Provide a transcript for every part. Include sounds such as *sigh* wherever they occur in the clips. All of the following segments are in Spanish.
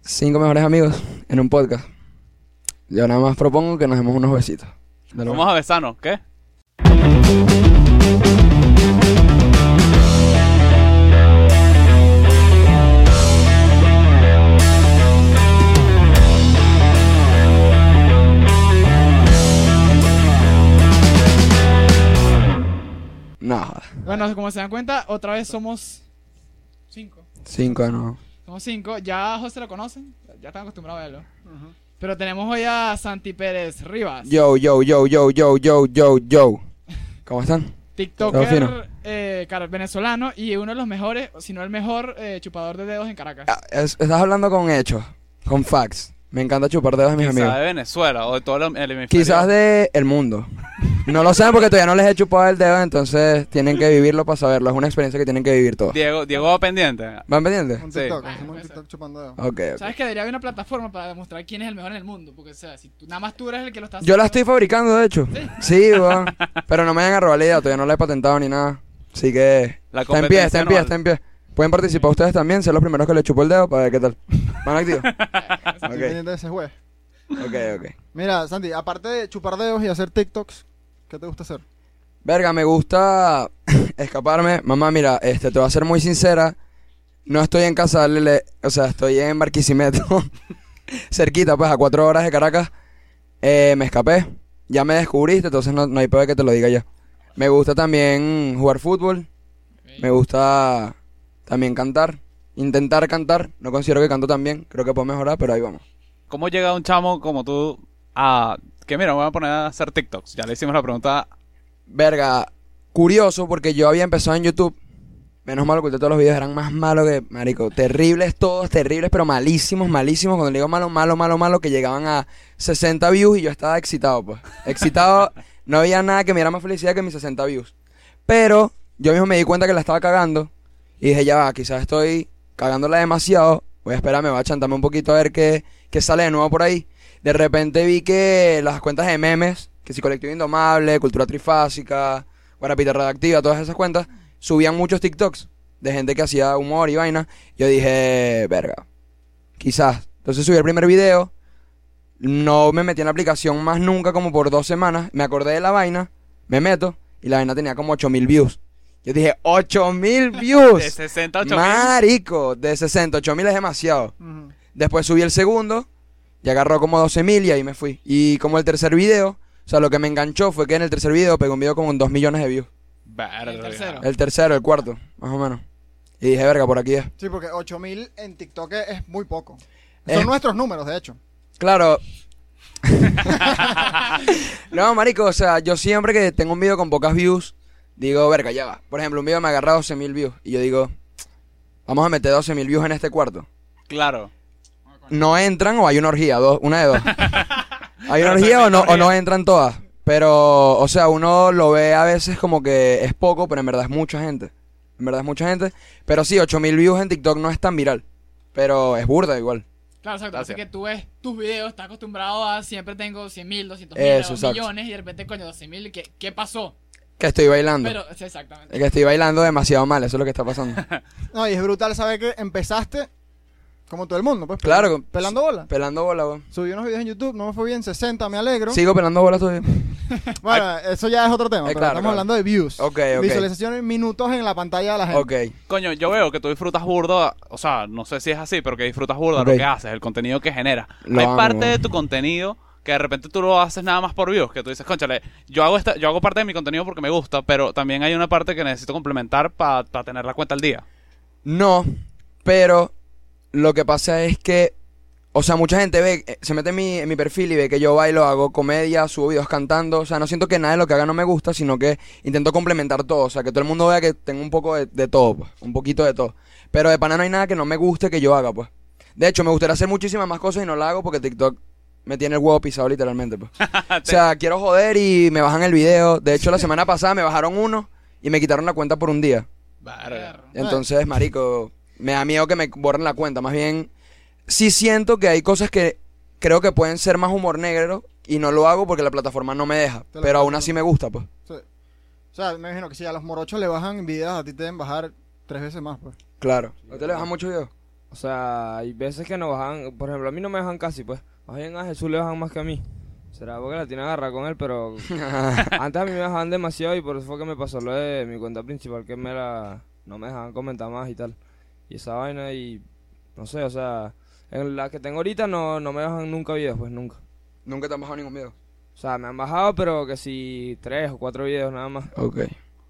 cinco mejores amigos en un podcast. Yo nada más propongo que nos demos unos besitos. De lo Vamos a besarnos, ¿qué? más. No, joda. Bueno, como se dan cuenta, otra vez somos cinco. cinco no. Somos cinco. Ya a José lo conocen, ya están acostumbrados a verlo. Pero tenemos hoy a Santi Pérez Rivas, Yo, yo, yo, yo, yo, yo, yo, yo. ¿Cómo están? Todo fino. TikToker eh, cara- venezolano y uno de los mejores, si no el mejor, eh, chupador de dedos en Caracas. Ah, es- estás hablando con hechos, con facts. Me encanta chupar dedos de mis Quizás amigos. de Venezuela o de todo el hemisferio. Quizás de el mundo. No lo saben porque todavía no les he chupado el dedo, entonces tienen que vivirlo para saberlo. Es una experiencia que tienen que vivir todos. Diego, Diego va pendiente. ¿Van pendientes? Un Sí. TikTok, Ah, hacemos un puede TikTok chupando dedos. Ok, ok. ¿Sabes que debería haber una plataforma para demostrar quién es el mejor en el mundo? Porque, o sea, si tú, nada más tú eres el que lo está Yo la estoy fabricando, de hecho. Sí, *laughs* weón. Pero no me vayan a robar la idea, todavía no la he patentado ni nada. Así que. La está en pie, está competencia en pie, no está en pie. Pueden participar ustedes también, ser los primeros que le chupo el dedo para ver qué tal. Van *laughs* activos. Estoy Ok, pendiente de ese juez. ok, ok. Mira, Santi, aparte de chupar dedos y hacer TikToks, ¿qué te gusta hacer? Verga, me gusta *coughs* escaparme. Mamá, mira, este, te voy a ser muy sincera. No estoy en casa, Lele. O sea, estoy en Barquisimeto. *laughs* Cerquita, pues, a cuatro horas de Caracas. Eh, me escapé. Ya me descubriste, entonces no, no hay peor que te lo diga ya. Me gusta también jugar fútbol. Me gusta también cantar. Intentar cantar. No considero que canto tan bien. Creo que puedo mejorar, pero ahí vamos. ¿Cómo llega un chamo como tú a... Que mira, me voy a poner a hacer TikToks. Ya le hicimos la pregunta. Verga, curioso porque yo había empezado en YouTube. Menos malo que todos los videos eran más malos que, marico, terribles todos, terribles, pero malísimos, malísimos. Cuando le digo malo, malo, malo, malo, que llegaban a 60 views y yo estaba excitado, pues. Excitado, no había nada que me diera más felicidad que mis 60 views. Pero yo mismo me di cuenta que la estaba cagando y dije, ya va, quizás estoy cagándola demasiado. Voy a esperarme, voy a chantarme un poquito a ver qué, qué sale de nuevo por ahí. De repente vi que las cuentas de memes, que si Colectivo Indomable, Cultura Trifásica, Guarapita Redactiva, todas esas cuentas, subían muchos TikToks de gente que hacía humor y vaina. Yo dije, verga, quizás. Entonces subí el primer video, no me metí en la aplicación más nunca, como por dos semanas. Me acordé de la vaina, me meto, y la vaina tenía como 8000 views. Yo dije, 8000 *laughs* De views. 68 Marico, de 68 mil es demasiado. Después subí el segundo y agarró como 12 mil y ahí me fui. Y como el tercer video, o sea, lo que me enganchó fue que en el tercer video pegó un video con 2 millones de views. Verga. El tercero. El tercero, el cuarto, más o menos. Y dije, verga, por aquí es. Sí, porque 8000 en TikTok es- es muy poco. Eh. Son nuestros números, de hecho. Claro. no, marico, o sea, yo siempre que tengo un video con pocas views, digo, verga, ya va. Por ejemplo, un video me agarra 12 mil views y yo digo, vamos a meter 12 mil views en este cuarto. Claro. no entran o hay una orgía, dos, una de dos. hay una orgía Pero también o no, orgía. o no entran todas. Pero, o sea, uno lo ve a veces como que es poco, pero en verdad es mucha gente. En verdad es mucha gente. Pero sí, 8000 views en TikTok no es tan viral. Pero es burda igual. Claro, exacto. Así Gracias. que tú ves tus videos, estás acostumbrado a siempre tengo 100 mil, 200 Eso, mil, exacto. millones y de repente, coño, 12 mil, ¿qué, ¿qué pasó? Que estoy bailando. Pero, sí, exactamente. Es Que estoy bailando demasiado mal, eso es lo que está pasando. No, y es brutal saber que empezaste como todo el mundo, pues. Claro, pel- con- Pelando bola. pelando bola, weón. Subí unos videos en YouTube, no me fue bien, 60, me alegro. Sigo pelando bola todavía. Bueno, eso ya es otro tema, Eh, pero claro, estamos claro. hablando de views. Ok, ok. Visualizaciones, minutos en la pantalla de la gente. Ok. Coño, yo veo que tú disfrutas burda, o sea, no sé si es así, pero que disfrutas burda Ok. lo que haces, el contenido que generas. Lo Hay amo. parte de tu contenido que de repente tú lo haces nada más por views, que tú dices, conchale, yo hago esta, yo hago parte de mi contenido porque me gusta, pero también hay una parte que necesito complementar para tener la cuenta al día. No, pero lo que pasa es que, o sea, mucha gente ve, eh, se mete en mi, en mi perfil y ve que yo bailo, hago comedia, subo videos cantando, o sea, no siento que nada de lo que haga no me gusta, sino que intento complementar todo, o sea, que todo el mundo vea que tengo un poco de, de todo, pues, un poquito de todo. Pero de pana no hay nada que no me guste que yo haga, pues. De hecho, me gustaría hacer muchísimas más cosas y no la hago porque TikTok me tiene el huevo pisado literalmente, pues. O sea, quiero joder y me bajan el video. De hecho, la semana pasada me bajaron uno y me quitaron la cuenta por un día. Claro. Entonces, marico, me da miedo que me borren la cuenta. Más bien, sí siento que hay cosas que creo que pueden ser más humor negro y no lo hago porque la plataforma no me deja. Te la Pero aún plataforma. así me gusta, pues. Sí. O sea, me imagino que si a los morochos le bajan videos, a ti te deben bajar tres veces más, pues. Claro. ¿A usted le bajan mucho video? O sea, hay veces que no bajan, por ejemplo, a mí no me bajan casi, pues. Más bien a Jesús le bajan más que a mí. Será porque la tiene agarrada con él, *laughs* pero antes a mí me bajaban demasiado y por eso fue que me pasó lo de mi cuenta principal, que me la, no me dejaban comentar más y tal. Y esa vaina y, no sé, o sea, en la que tengo ahorita no, no me bajan nunca videos, pues nunca. Nunca te han bajado ningún miedo. O sea, me han bajado, pero que si tres o cuatro videos nada más. Ok.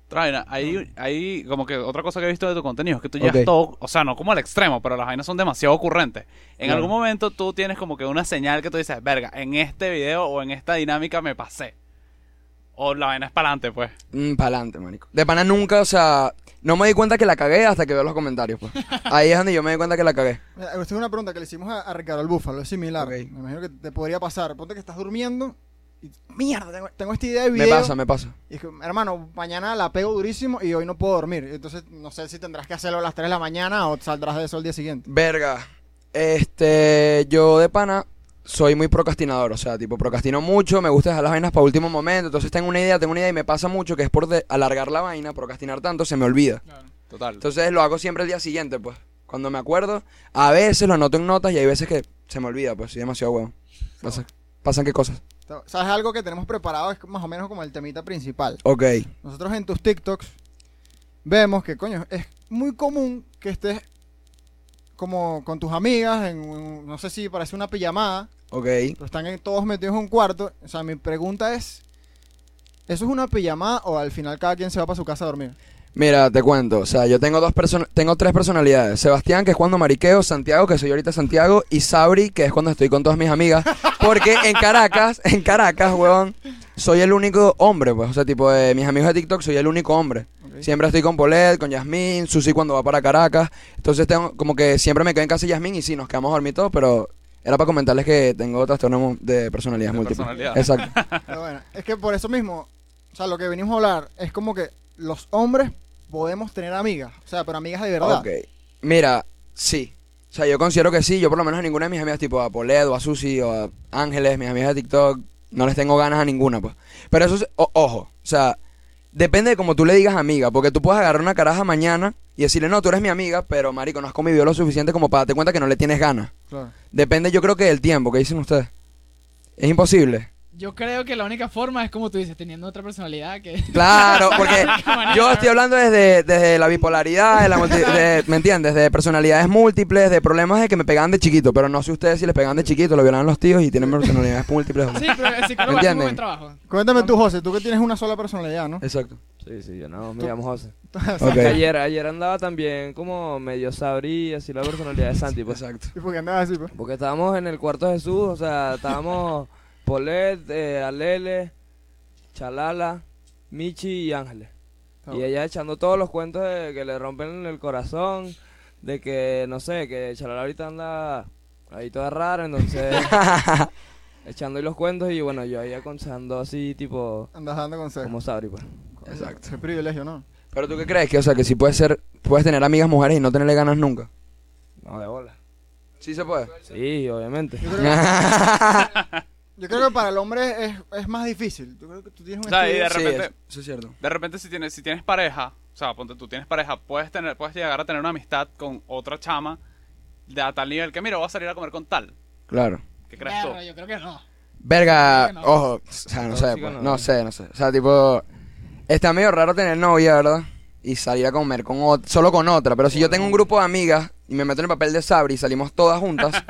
Otra vaina, ahí, ahí, como que otra cosa que he visto de tu contenido es que tú llevas Ah. Ok. todo, o sea, no como al extremo, pero las vainas son demasiado ocurrentes. En algún momento tú tienes como que una señal que tú dices, verga, en este video o en esta dinámica me pasé. O la vaina es para adelante, pues. Mm, pa'lante, marico. De pana nunca, o sea, no me di cuenta que la cagué hasta que veo los comentarios, pues. Ahí es donde yo me di cuenta que la cagué. Mira, Esta es una pregunta que le hicimos a, a Ricardo el Búfalo, es similar. Ok. Me imagino que te podría pasar. Ponte que estás durmiendo y mierda, tengo, tengo esta idea de Me video. pasa, me pasa. Y es que, hermano, mañana la pego durísimo y hoy no puedo dormir. Entonces, no sé si tendrás que hacerlo a las 3 de la mañana o saldrás de eso al día siguiente. Verga. Este, yo de pana soy muy procrastinador, o sea, tipo, procrastino mucho, me gusta dejar las vainas para último momento, entonces tengo una idea, tengo una idea y me pasa mucho que es por de- alargar la vaina, procrastinar tanto, se me olvida. Claro. Total. Entonces lo hago siempre el día siguiente, pues. Cuando me acuerdo, a veces lo anoto en notas y hay veces que se me olvida, pues, soy demasiado huevo. Pasa- pasan qué cosas. Entonces, ¿Sabes algo que tenemos preparado? Es más o menos como el temita principal. Ok. Nosotros en tus TikToks vemos que, coño, es muy común que estés como con tus amigas, en, un- no sé si parece una pijamada, Ok. pero están en- todos metidos en un cuarto. O sea, mi pregunta es, ¿eso es una pijamada o al final cada quien se va para su casa a dormir? Mira, te cuento, o sea, yo tengo dos personas, tengo tres personalidades. Sebastián, que es cuando mariqueo, Santiago, que soy ahorita Santiago, y Sabri, que es cuando estoy con todas mis amigas, porque en Caracas, en Caracas, huevón, soy el único hombre, pues, o sea, tipo de mis amigos de TikTok soy el único hombre. Ok. Siempre estoy con Polet, con Yasmín, Susi cuando va para Caracas. Entonces tengo como que siempre me quedo en casa de Yasmín y sí, nos quedamos dormidos, pero era para comentarles que tengo trastorno mu- de personalidades De múltiples. personalidad. Exacto. Pero bueno, es que por eso mismo, o sea, lo que venimos a hablar es como que los hombres podemos tener amigas, o sea, pero amigas de verdad. Ok. Mira, sí. O sea, yo considero que sí. Yo por lo menos a ninguna de mis amigas, tipo a Polet o a Susi o a Ángeles, mis amigas de TikTok, no les tengo ganas a ninguna, pues. Pero eso es, o- ojo, o sea, depende de cómo tú le digas amiga, porque tú puedes agarrar una caraja mañana y decirle, no, tú eres mi amiga, pero marico, no has convivido lo suficiente como para darte cuenta que no le tienes ganas. Claro. Depende, yo creo que del tiempo, ¿qué dicen ustedes? Es imposible. Yo creo que la única forma es como tú dices, teniendo otra personalidad *laughs* que... Claro, porque yo estoy hablando desde, desde la bipolaridad, de la multi- de- ¿me entiendes? De personalidades múltiples, de problemas de que me pegaban de chiquito, pero no sé ustedes si les pegaban de chiquito, lo violaban los tíos y tienen personalidades múltiples. o no. Sí, pero el psicólogo hace un ¿Entienden? buen trabajo. Cuéntame tú, José, tú que tienes una sola personalidad, ¿no? Exacto. Sí, sí, yo no, me llamo *laughs* José. Ok. Ayer, ayer andaba también como medio sabrí, así la personalidad de Santi, pues. Exacto. ¿Y por qué andabas así, pues? Porque estábamos en el cuarto de Jesús, o *laughs* sea, estábamos Polet, eh, Alele, Chalala, Michi y Ángeles. Ah, Y ella echando todos los cuentos de que le rompen el corazón, de que, no sé, que Chalala ahorita anda ahí toda *laughs* rara, entonces... echando ahí los cuentos y bueno, yo ahí aconsejando así, tipo, Andas dando consejos. como Sabri, pues. Exacto. Qué privilegio, ¿no? Pero tú qué crees que, o sea, que si puedes ser, puedes tener amigas mujeres y no tenerle ganas nunca. No, de bola. Sí se puede. Sí, obviamente. Yo creo que, yo creo que para el hombre es, es más difícil. Yo creo que tú tienes O un sea, y estilo- de repente, Sí, eso es cierto. de repente si tienes, si tienes pareja, o sea, ponte tú tienes pareja, puedes tener, puedes llegar a tener una amistad con otra chama de a tal nivel que mira, voy a salir a comer con tal. Claro. ¿Qué crees tú? Verga, yo creo que no. Verga, Creo que no. ojo, o sea, no sé, Tóxico pues, no. no sé, no sé. O sea, tipo, está medio raro tener novia, ¿verdad? Y salir a comer con ot- solo con otra. Pero si yo tengo un grupo de amigas y me meto en el papel de Sabri y salimos todas juntas,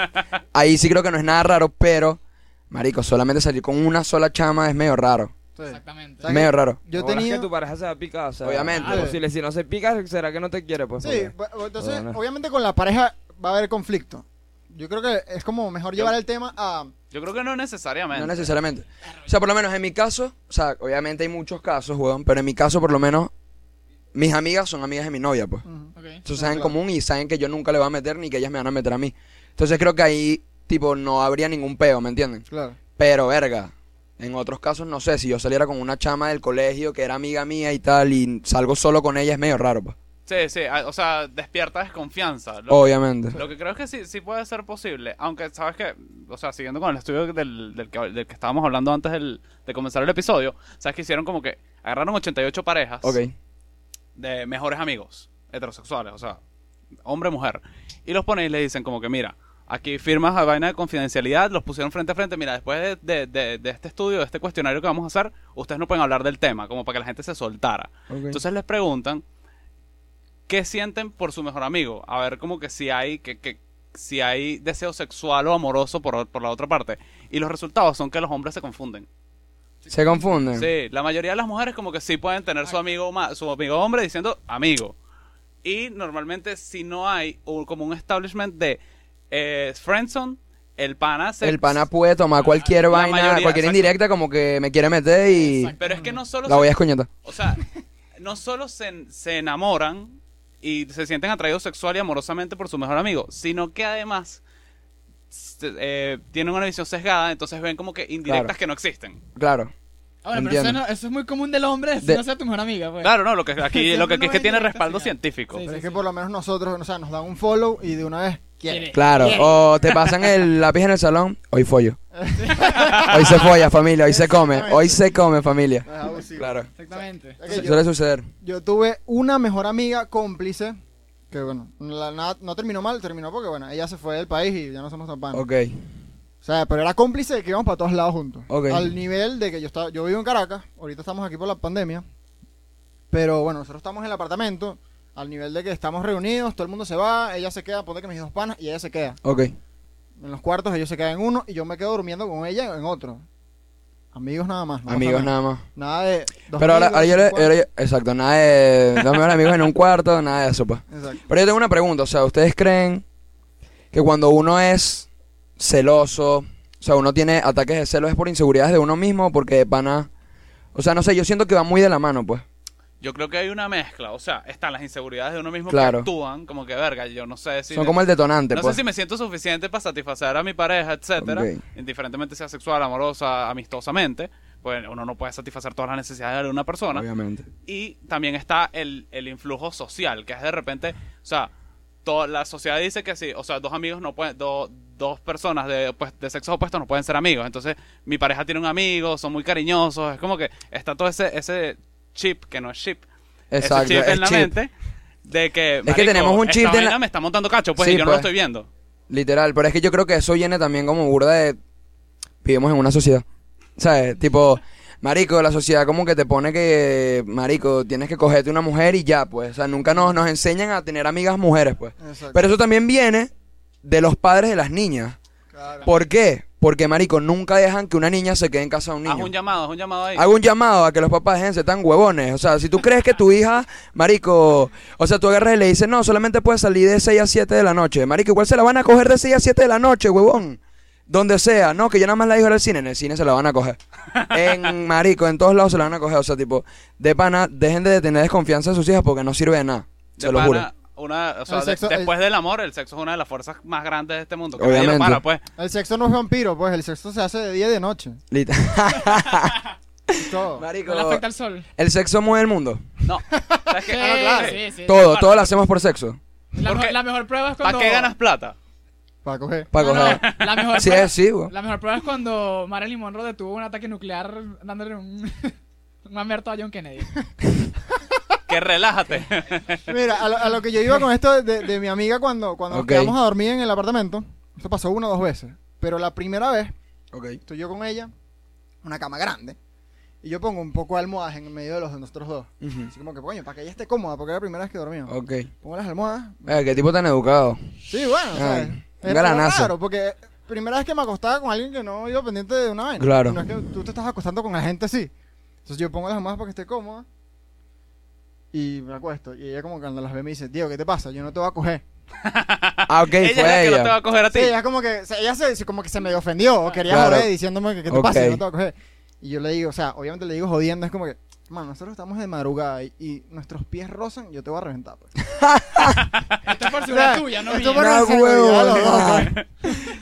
ahí sí creo que no es nada raro, pero, marico, solamente salir con una sola chama es medio raro. Sí. Exactamente. O sea, medio raro. Yo Ahora es tenía... que tu pareja se va a picar, o sea. Obviamente. es posible. si no se pica, será que no te quiere, pues. Sí, porque- bu- bu- entonces, Perdona. obviamente con la pareja va a haber conflicto. Yo creo que es como mejor llevar el tema a... Yo creo que no necesariamente. No necesariamente. O sea, por lo menos en mi caso, o sea, obviamente hay muchos casos, weón, pero en mi caso, por lo menos, mis amigas son amigas de mi novia, pues. Ujú. Ok. Eso saben Claro. común y saben que yo nunca le voy a meter ni que ellas me van a meter a mí. Entonces creo que ahí, tipo, no habría ningún peo, ¿me entienden? Claro. Pero, verga, en otros casos no sé, si yo saliera con una chama del colegio que era amiga mía y tal y salgo solo con ella es medio raro, pues. Sí, sí, a- o sea, despierta desconfianza. Lo, Obviamente. lo que creo es que sí, sí puede ser posible, aunque sabes que, o sea, siguiendo con el estudio del, del que, del que estábamos hablando antes del- de comenzar el episodio, sabes que hicieron como que agarraron 88 parejas Ok. de mejores amigos heterosexuales, o sea, hombre mujer, y los ponen y le dicen como que mira, aquí firmas a vaina de confidencialidad, los pusieron frente a frente, mira, después de, de- de- de este estudio, de este cuestionario que vamos a hacer, ustedes no pueden hablar del tema, como para que la gente se soltara. Entonces les preguntan qué sienten por su mejor amigo, a ver como que si hay que, que- si hay deseo sexual o amoroso por, por la otra parte. Y los resultados son que los hombres se confunden. Se confunden. Sí, la mayoría de las mujeres como que sí pueden tener su amigo ma- su amigo hombre diciendo amigo. Y normalmente si no hay un- como un establishment de eh, friendzone, el pana se El pana puede tomar cualquier La vaina, mayoría, cualquier exacto. indirecta, como que me quiere meter y Exacto. pero es que no solo la voy a se, escoñetar. *laughs* o sea, no solo se, se enamoran y se sienten atraídos sexual y amorosamente por su mejor amigo, sino que además se- eh, tienen una visión sesgada, entonces ven como que indirectas Claro. que no existen. Claro. Ahora, pero Entiendo. eso, no- eso es muy común del hombre, si De- no sea tu mejor amiga, pues. Claro, no, lo que aquí Sí, lo que no aquí es que hay tiene indirectas, respaldo sí, científico. Sí, Pero sí, es que sí. por lo menos nosotros, o sea, nos dan un follow y de una vez, ¿quién? Quiere. Claro, Quiere. o te pasan el lápiz en el salón, hoy *laughs* follo. hoy se folla, familia, hoy se come, hoy se come, familia. Es abusivo. Claro. Exactamente. Ok, yo- Suele suceder. Yo tuve una mejor amiga cómplice, que bueno, la- nada- no terminó mal, terminó porque bueno, ella se fue del país y ya no somos tan panas. Ok. O sea, pero era cómplice de que íbamos para todos lados juntos. Ok. Al nivel de que yo estaba, yo vivo en Caracas, ahorita estamos aquí por la pandemia, pero bueno, nosotros estamos en el apartamento, al nivel de que estamos reunidos, todo el mundo se va, ella se queda, ponte que mis dos panas, y ella se queda. Ok. En los cuartos ellos se quedan en uno y yo me quedo durmiendo con ella en otro. Amigos nada más. no pasa Amigos nada más. Nada de... dos Pero ahora, amigos, ahora yo le, un cuarto. ahora yo- exacto, nada de dos mejores amigos en un cuarto, nada de eso, pues. Exacto. Pero yo tengo una pregunta, o sea, ¿ustedes creen que cuando uno es celoso, o sea, uno tiene ataques de celos es por inseguridades de uno mismo o porque de pana... O sea, no sé, yo siento que va muy de la mano, pues. Yo creo que hay una mezcla, o sea, están las inseguridades de uno mismo Claro. que actúan, como que verga, yo no sé si Son como el detonante, no pues. sé si me siento suficiente para satisfacer a mi pareja, etcétera, Ok. indiferentemente sea sexual, amorosa, amistosamente, pues uno no puede satisfacer todas las necesidades de una persona. Obviamente. Y también está el, el influjo social, que es de repente, o sea, toda la sociedad dice que sí, o sea, dos amigos no pueden, do- dos personas de, pues, de sexos opuestos no pueden ser amigos. Entonces, mi pareja tiene un amigo, son muy cariñosos, es como que está todo ese, ese chip, que no es chip, ese Exacto, chip es en la chip. mente. De que, que tenemos un chip esta de la- vaina me está montando cacho, pues Sí, y yo no pues. lo estoy viendo. Literal, pero es que yo creo que eso viene también como burda de... Vivimos en una sociedad, ¿sabes? Tipo, marico, la sociedad como que te pone que, marico, tienes que cogerte una mujer y ya, pues. O sea, nunca nos, nos enseñan a tener amigas mujeres, pues. Exacto. Pero eso también viene de los padres de las niñas. Claro. ¿Por qué? Porque, marico, nunca dejan que una niña se quede en casa de un Haz niño. Ah, un llamado, haz un llamado ahí. Hago un llamado a que los papás dejen de ser tan huevones. O sea, si tú crees que tu hija, marico, o sea, tú agarras y le dices, no, solamente puedes salir de 6 a 7 de la noche. Marico, igual se la van a coger de 6 a 7 de la noche, huevón. Donde sea, no, que yo nada más la digo al cine, en el cine se la van a *laughs* coger. En marico, en todos lados se la van a coger. O sea, tipo, de pana, dejen de tener desconfianza en sus hijas porque no sirve de nada. De Se lo pana, juro. una- o sea, El de- sexo- después del amor, el sexo es una de las fuerzas más grandes de este mundo. Que nadie lo Obviamente. para, pues. El sexo no es vampiro, pues el sexo se hace de día y de noche. Lit- y Todo. Marico, No le afecta al sol. el sexo mueve el mundo. *laughs* No. ¿Sabes qué? Sí, Ah, no, claro. sí, sí. Todo, todo lo hacemos por sexo. La, Porque- mejor- la mejor prueba es ¿Para cuando... qué ganas plata? Para coger. Para No, no, coger. la mejor Sí, prueba- es, sí, *laughs* güey. La mejor prueba es cuando Marilyn Monroe detuvo un ataque nuclear dándole un, *laughs* un mamerto a John Kennedy. *laughs* Que relájate. Mira, a lo, a lo que yo iba con esto de, de mi amiga cuando, cuando Ok. nos quedamos a dormir en el apartamento, esto pasó una o dos veces, pero la primera vez estoy yo con ella, una cama grande, y yo pongo un poco de almohadas en medio de los de nosotros dos. Ujú. Así como que, coño, para que ella esté cómoda, porque era la primera vez que dormimos. Ok. Pongo las almohadas. Mira, qué tipo tan educado. Sí, bueno, o sea, Ay, es- un es galanazo. raro, porque primera vez que me acostaba con alguien que no iba pendiente de una vaina. Claro. No es que tú te estás acostando con la gente así. Entonces yo pongo las almohadas para que esté cómoda y me acuesto. Y ella como que cuando las ve me dice, Diego, ¿qué te pasa? Yo no te voy a coger. Ah, ok, ella es la fue que no te va ella. a coger a ti. Sí, ella como que, o sea, ella se, se- como que se me ofendió o quería Claro. joder diciéndome que qué te Ok. pasa, yo no te voy a coger. Y yo le digo, o sea, obviamente le digo jodiendo, es como que, man, nosotros estamos de madrugada y, y nuestros pies rozan, yo te voy a reventar. Pues. Esto es por *laughs* seguridad O sea, tuya, no esto mía. por- No, seguridad, huevo, los dos,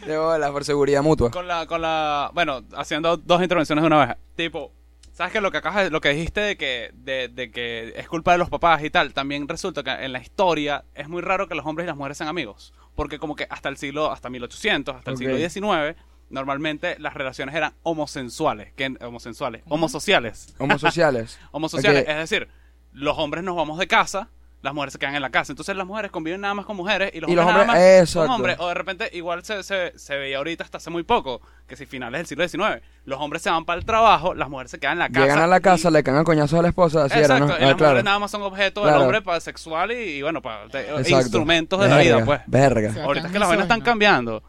no. *laughs* De bola, por seguridad mutua. Con la, con la. Bueno, haciendo dos intervenciones de una vez. Tipo, ¿sabes que lo que acabas de- lo que dijiste de que, de, de que es culpa de los papás y tal? También resulta que en la historia es muy raro que los hombres y las mujeres sean amigos. Porque como que hasta el siglo, hasta 1800, hasta el Ok. siglo XIX, normalmente las relaciones eran homosensuales. Que, homosensuales. Homosociales. *laughs* Homosociales. homosociales. Ok. Es decir, los hombres nos vamos de casa las mujeres se quedan en la casa. Entonces las mujeres conviven nada más con mujeres y los, Y los hombres- hombres, nada más exacto. con hombres. O de repente, igual se, se, se veía ahorita hasta hace muy poco, que si finales del siglo XIX, los hombres se van para el trabajo, las mujeres se quedan en la casa. Llegan a la y- casa, le caen el coñazo a la esposa, así Exacto, era, ¿no? y Ah, las mujeres claro. nada más son objeto Claro. del hombre para sexual y, y bueno, para te- Exacto. instrumentos de la Verga, vida, pues. Verga. Ahorita es que Tan las vainas están misógino. cambiando.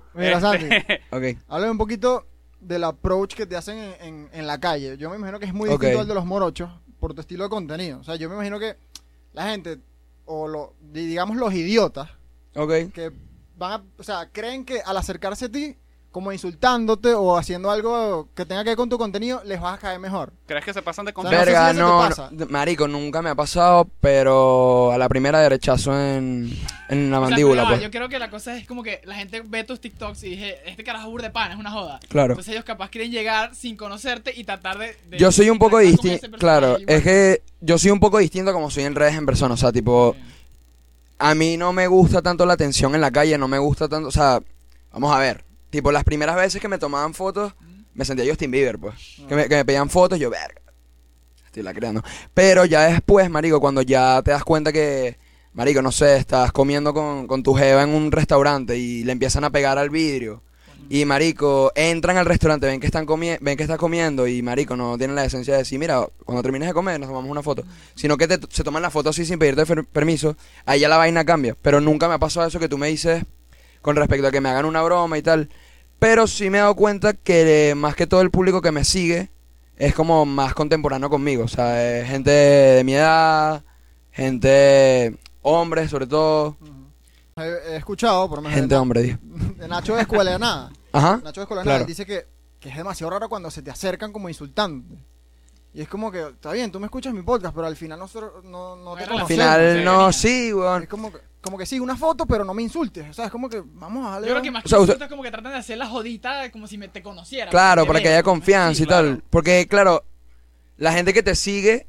*laughs* Mira, Este, Ok. Háblame un poquito del approach que te hacen en, en- en la calle. Yo me imagino que es muy Ok. distinto al de los morochos por tu estilo de contenido. O sea, yo me imagino que la gente, o lo, di- digamos los idiotas, Ok. que van a, o sea, creen que al acercarse a ti, como insultándote o haciendo algo que tenga que ver con tu contenido, les vas a caer mejor. ¿Crees que se pasan de no sé contacto? si Verga, eso te no, pasa. no, marico, nunca me ha pasado, pero a la primera de rechazo en, en la O sea, mandíbula, no, pues. Yo creo que la cosa es como que la gente ve tus TikToks y dije, este carajo es burda de pan, es una joda. Claro. Entonces ellos capaz quieren llegar sin conocerte y tratar de... de- Yo soy un poco conectar con distinto, ese claro, personaje es igual. que yo soy un poco distinto como soy en redes en persona, o sea, tipo, a mí no me gusta tanto la atención en la calle, no me gusta tanto, o sea, vamos a ver, tipo, las primeras veces que me tomaban fotos, Mm. me sentía Justin Bieber, pues, Ah. que me, que me pedían fotos, yo, verga, estoy la creando, pero ya después, marico, cuando ya te das cuenta que, marico, no sé, estás comiendo con, con tu jeva en un restaurante y le empiezan a pegar al vidrio, y marico, entran al restaurante, ven que están comi- ven que estás comiendo y marico, no tienen la decencia de decir, mira, cuando termines de comer nos tomamos una foto. Sino que te- se toman la foto así sin pedirte fer- permiso, ahí ya la vaina cambia. Pero nunca me ha pasado eso que tú me dices con respecto a que me hagan una broma y tal. Pero sí me he dado cuenta que eh, más que todo el público que me sigue es como más contemporáneo conmigo. O sea, es gente de mi edad, gente hombres sobre todo. He, he escuchado, por lo menos, Gente de, hombre, digo. de Nacho de Escuela de Nada. Ajá. Nacho de Escuela de Claro. Nada dice que, que es demasiado raro cuando se te acercan como insultándote. Y es como que, está bien, tú me escuchas mi podcast, pero al final nosotros no, no te Bueno, Al conocemos. final sí. no, sí, weón. Es como que, como que sí, una foto, pero no me insultes. O sea, es como que vamos a darle. Yo creo que más O que sea, usted- insultas como que tratan de hacer la jodita como si me te conociera. Claro, te para que vea, haya ¿no? confianza Sí, y tal. claro. Porque, claro, la gente que te sigue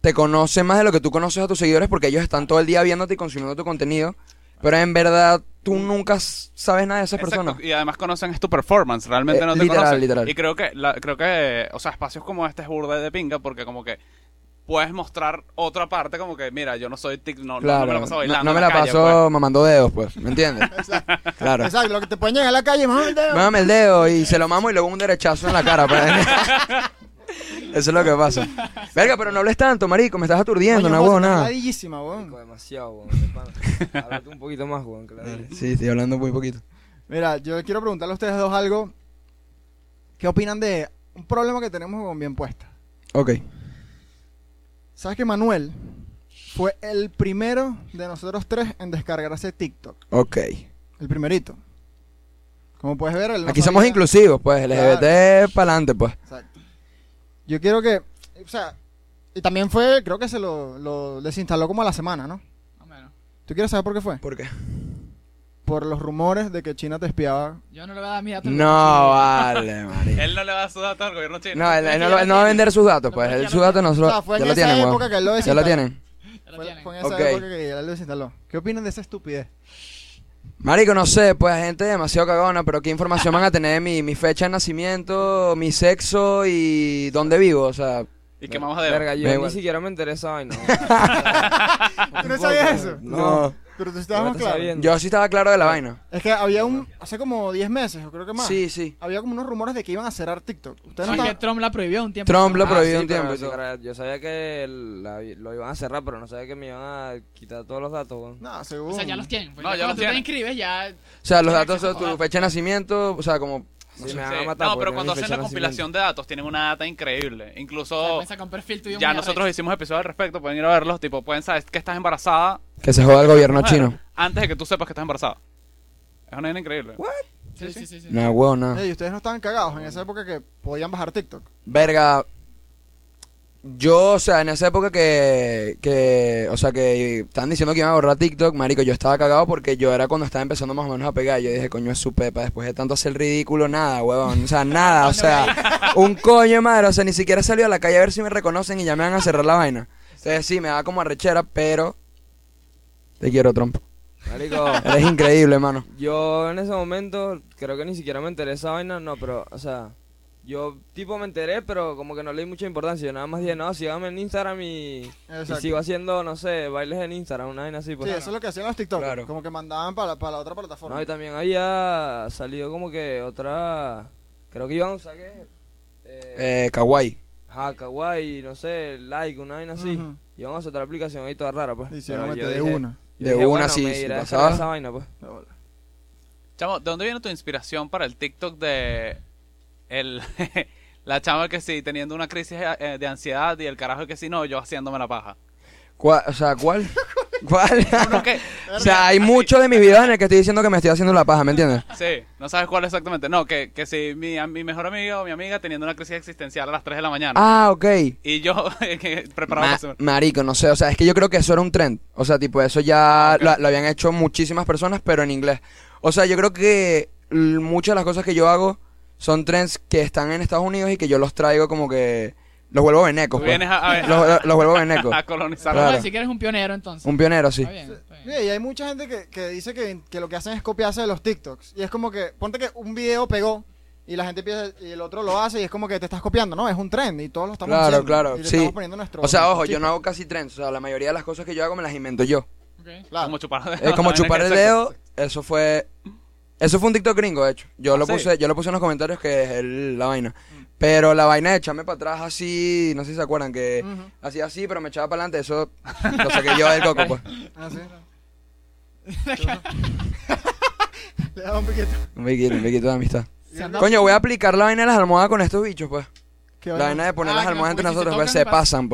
te conoce más de lo que tú conoces a tus seguidores porque ellos están todo el día viéndote y consumiendo tu contenido. Pero en verdad, tú nunca s- sabes nada de esas Exacto, personas. Y además conocen es tu performance, realmente Eh, no te literal, conocen. literal. Y creo que, la- creo que, o sea, espacios como este es burda de pinga porque como que puedes mostrar otra parte como que, mira, yo no soy tic, no, no- Claro, no me la paso no- bailando. no me en la calle, paso mamando dedos, pues, ¿me *laughs* entiendes? claro. Exacto, lo que te pueden llegar a la calle, más Mámame el dedo y se lo mamo y luego un derechazo en la cara. *laughs* pues. *laughs* Eso es lo que pasa. Verga, pero no hables tanto, marico, me estás aturdiendo, no hago nada. Ladillísima, weón. Marico, demasiado, weón. de pana. Háblate un poquito más, weón, que la verga. Sí, estoy hablando muy poquito. Mira, yo quiero preguntarle a ustedes dos algo. ¿Qué opinan de un problema que tenemos con Bien Puesta? Ok. ¿Sabes que Manuel fue el primero de nosotros tres en descargarse TikTok? Ok. El primerito. Como puedes ver, él no Aquí somos sabía- inclusivos, pues, LGBT para adelante, pues. Exacto. Yo quiero que. O sea, y también fue, creo que se lo, lo desinstaló como a la semana, ¿no? Más o menos. ¿Tú quieres saber por qué fue? ¿Por qué? Por los rumores de que China te espiaba. Yo no le voy a dar mi dato. No, vale, *laughs* pues. marico. Él no le va a sudar al gobierno chino. No, él, él no, lo- él no va a vender sus datos, pues. El, sus datos no se O lo, sea, fue ya en lo esa tienen, época weón. que él lo Ya lo desinstaló. tienen. Ya lo Fue, tienen. fue en esa Ok. época que ya lo desinstaló. ¿Qué opinan de esa estupidez? Marico, no sé, pues gente demasiado cagona, pero ¿qué información van a tener de mi, mi fecha de nacimiento, mi sexo y dónde vivo? O sea, Y que vamos a Verga, ver. Me da yo ni igual. siquiera me enteré esa *laughs* vaina. weón. ¿Tú no sabías eso? No. Pero tú estábamos Yo te sabía. claros. yo sí estaba claro de la vaina. Es que había un. Hace como 10 meses, o creo que más. Sí, sí. Había como unos rumores de que iban a cerrar TikTok. Ustedes no Sí, que estaban- Trump la prohibió un tiempo. Trump lo Ah, prohibió sí, un pero tiempo. y sí, todo. cara, yo sabía que el- la- lo iban a cerrar, pero no sabía que me iban a quitar todos los datos, weón. No, según. O sea, ya los tienen. pues, No, ya ya cuando los tú te tienen. inscribes ya... O sea, los datos de tu fecha de nacimiento, o sea, como... Sí, me Sí. van a matar. no, pero porque es cuando mi hacen fecha la de compilación de datos tienen una data increíble. Incluso Saca un perfil tuyo Oh. ya muy nosotros arrecho. hicimos episodios al respecto, pueden ir a verlos, tipo, pueden saber que estás embarazada Que se joda el gobierno chino. antes de que tú sepas que estás embarazada. Es una idea increíble. Sí, sí, sí. sí. No, weón, no. Ey, ustedes no estaban cagados en esa época que podían bajar TikTok. Verga. Yo, o sea, en esa época que, que, o sea, que estaban diciendo que iban a borrar TikTok, marico, yo estaba cagado porque yo era cuando estaba empezando más o menos a pegar. Yo dije, coño, es su pepa, después de tanto hacer ridículo, nada, huevón, o sea, nada, o sea, un coño de madre, o sea, ni siquiera salí a la calle a ver si me reconocen y ya me van a cerrar la vaina. Entonces sí, me da como arrechera, pero te quiero, Trump. *laughs* Marico, Eres increíble, hermano. yo en ese momento creo que ni siquiera me enteré esa vaina, no, pero, o sea, Yo, tipo, me enteré, pero como que no le di mucha importancia. Yo nada más dije, no, síganme en Instagram y, y Exacto. sigo haciendo, no sé, bailes en Instagram, una vaina así. Sí, Pues. eso es lo que hacían los TikTok. Claro. Como que mandaban para la, para la otra plataforma. No, y también había salido como que otra. Creo que iban a usar que. Eh, Eh, kawaii. ajá, Kawaii, no sé, like, una vaina así. Ujú. Iban a usar otra aplicación ahí toda rara, pues. Hicieron Pero yo este de dije- una. yo De dije, una bueno, sí, me sí iré a pasaba. descargar esa vaina, pues. De bola. Chamo, ¿de dónde viene tu inspiración para el TikTok de el *laughs* la chama que sí teniendo una crisis eh, de ansiedad y el carajo que sí no, yo haciéndome la paja? ¿Cuál- o sea, ¿cuál? ¿Cuál? *laughs* Uno que o sea, hay muchos de mis videos en el que estoy diciendo que me estoy haciendo la paja, ¿me entiendes? sí, no sabes cuál exactamente. No, que que si mi, a- mi mejor amigo o mi amiga teniendo una crisis existencial a las 3 de la mañana. Ah, ok. Y yo *laughs* que preparado Ma- para hacer- marico, no sé, o sea, es que yo creo que eso era un trend. O sea, tipo, eso ya Ah, ok. la- lo, habían hecho muchísimas personas, pero en inglés. O sea, yo creo que l- muchas de las cosas que yo hago son trends que están en Estados Unidos y que yo los traigo como que los vuelvo venecos. Tú pues. vienes a- a- los, los- los vuelvo venecos. *laughs* a colonizar. Claro. Vamos a decir que eres un pionero entonces. Un pionero, sí. Está bien, está bien. Mira, y hay mucha gente que, que dice que, que lo que hacen es copiarse de los TikToks. Y es como que, ponte que un video pegó y la gente piensa, y el otro lo hace y es como que te estás copiando, ¿no? Es un trend y todos lo estamos Claro, haciendo. claro, Y le sí. estamos poniendo nuestro- O sea, nuestro ojo, yo chip. no hago casi trends. O sea, la mayoría de las cosas que yo hago me las invento yo. Ok. Claro. Como chupar el *laughs* Es Eh, como chupar el Exacto. dedo, eso fue. Eso fue un TikTok gringo, de hecho. Yo Ah, lo ¿sí? puse, yo lo puse en los comentarios que es el- la vaina. Pero la vaina de echarme para atrás así, no sé si se acuerdan, que Ujú. hacía así, pero me echaba para adelante, eso lo saqué yo del coco, pues. Ah, sí. *laughs* le da un piquito. Un piquito, un piquito de amistad. Se anda- Coño, voy a aplicar la vaina de las almohadas con estos bichos, pues. Qué La vaina. vaina de poner Ah, las que almohadas los entre bichos, si nosotros, pues se tocan, pasa. pasan,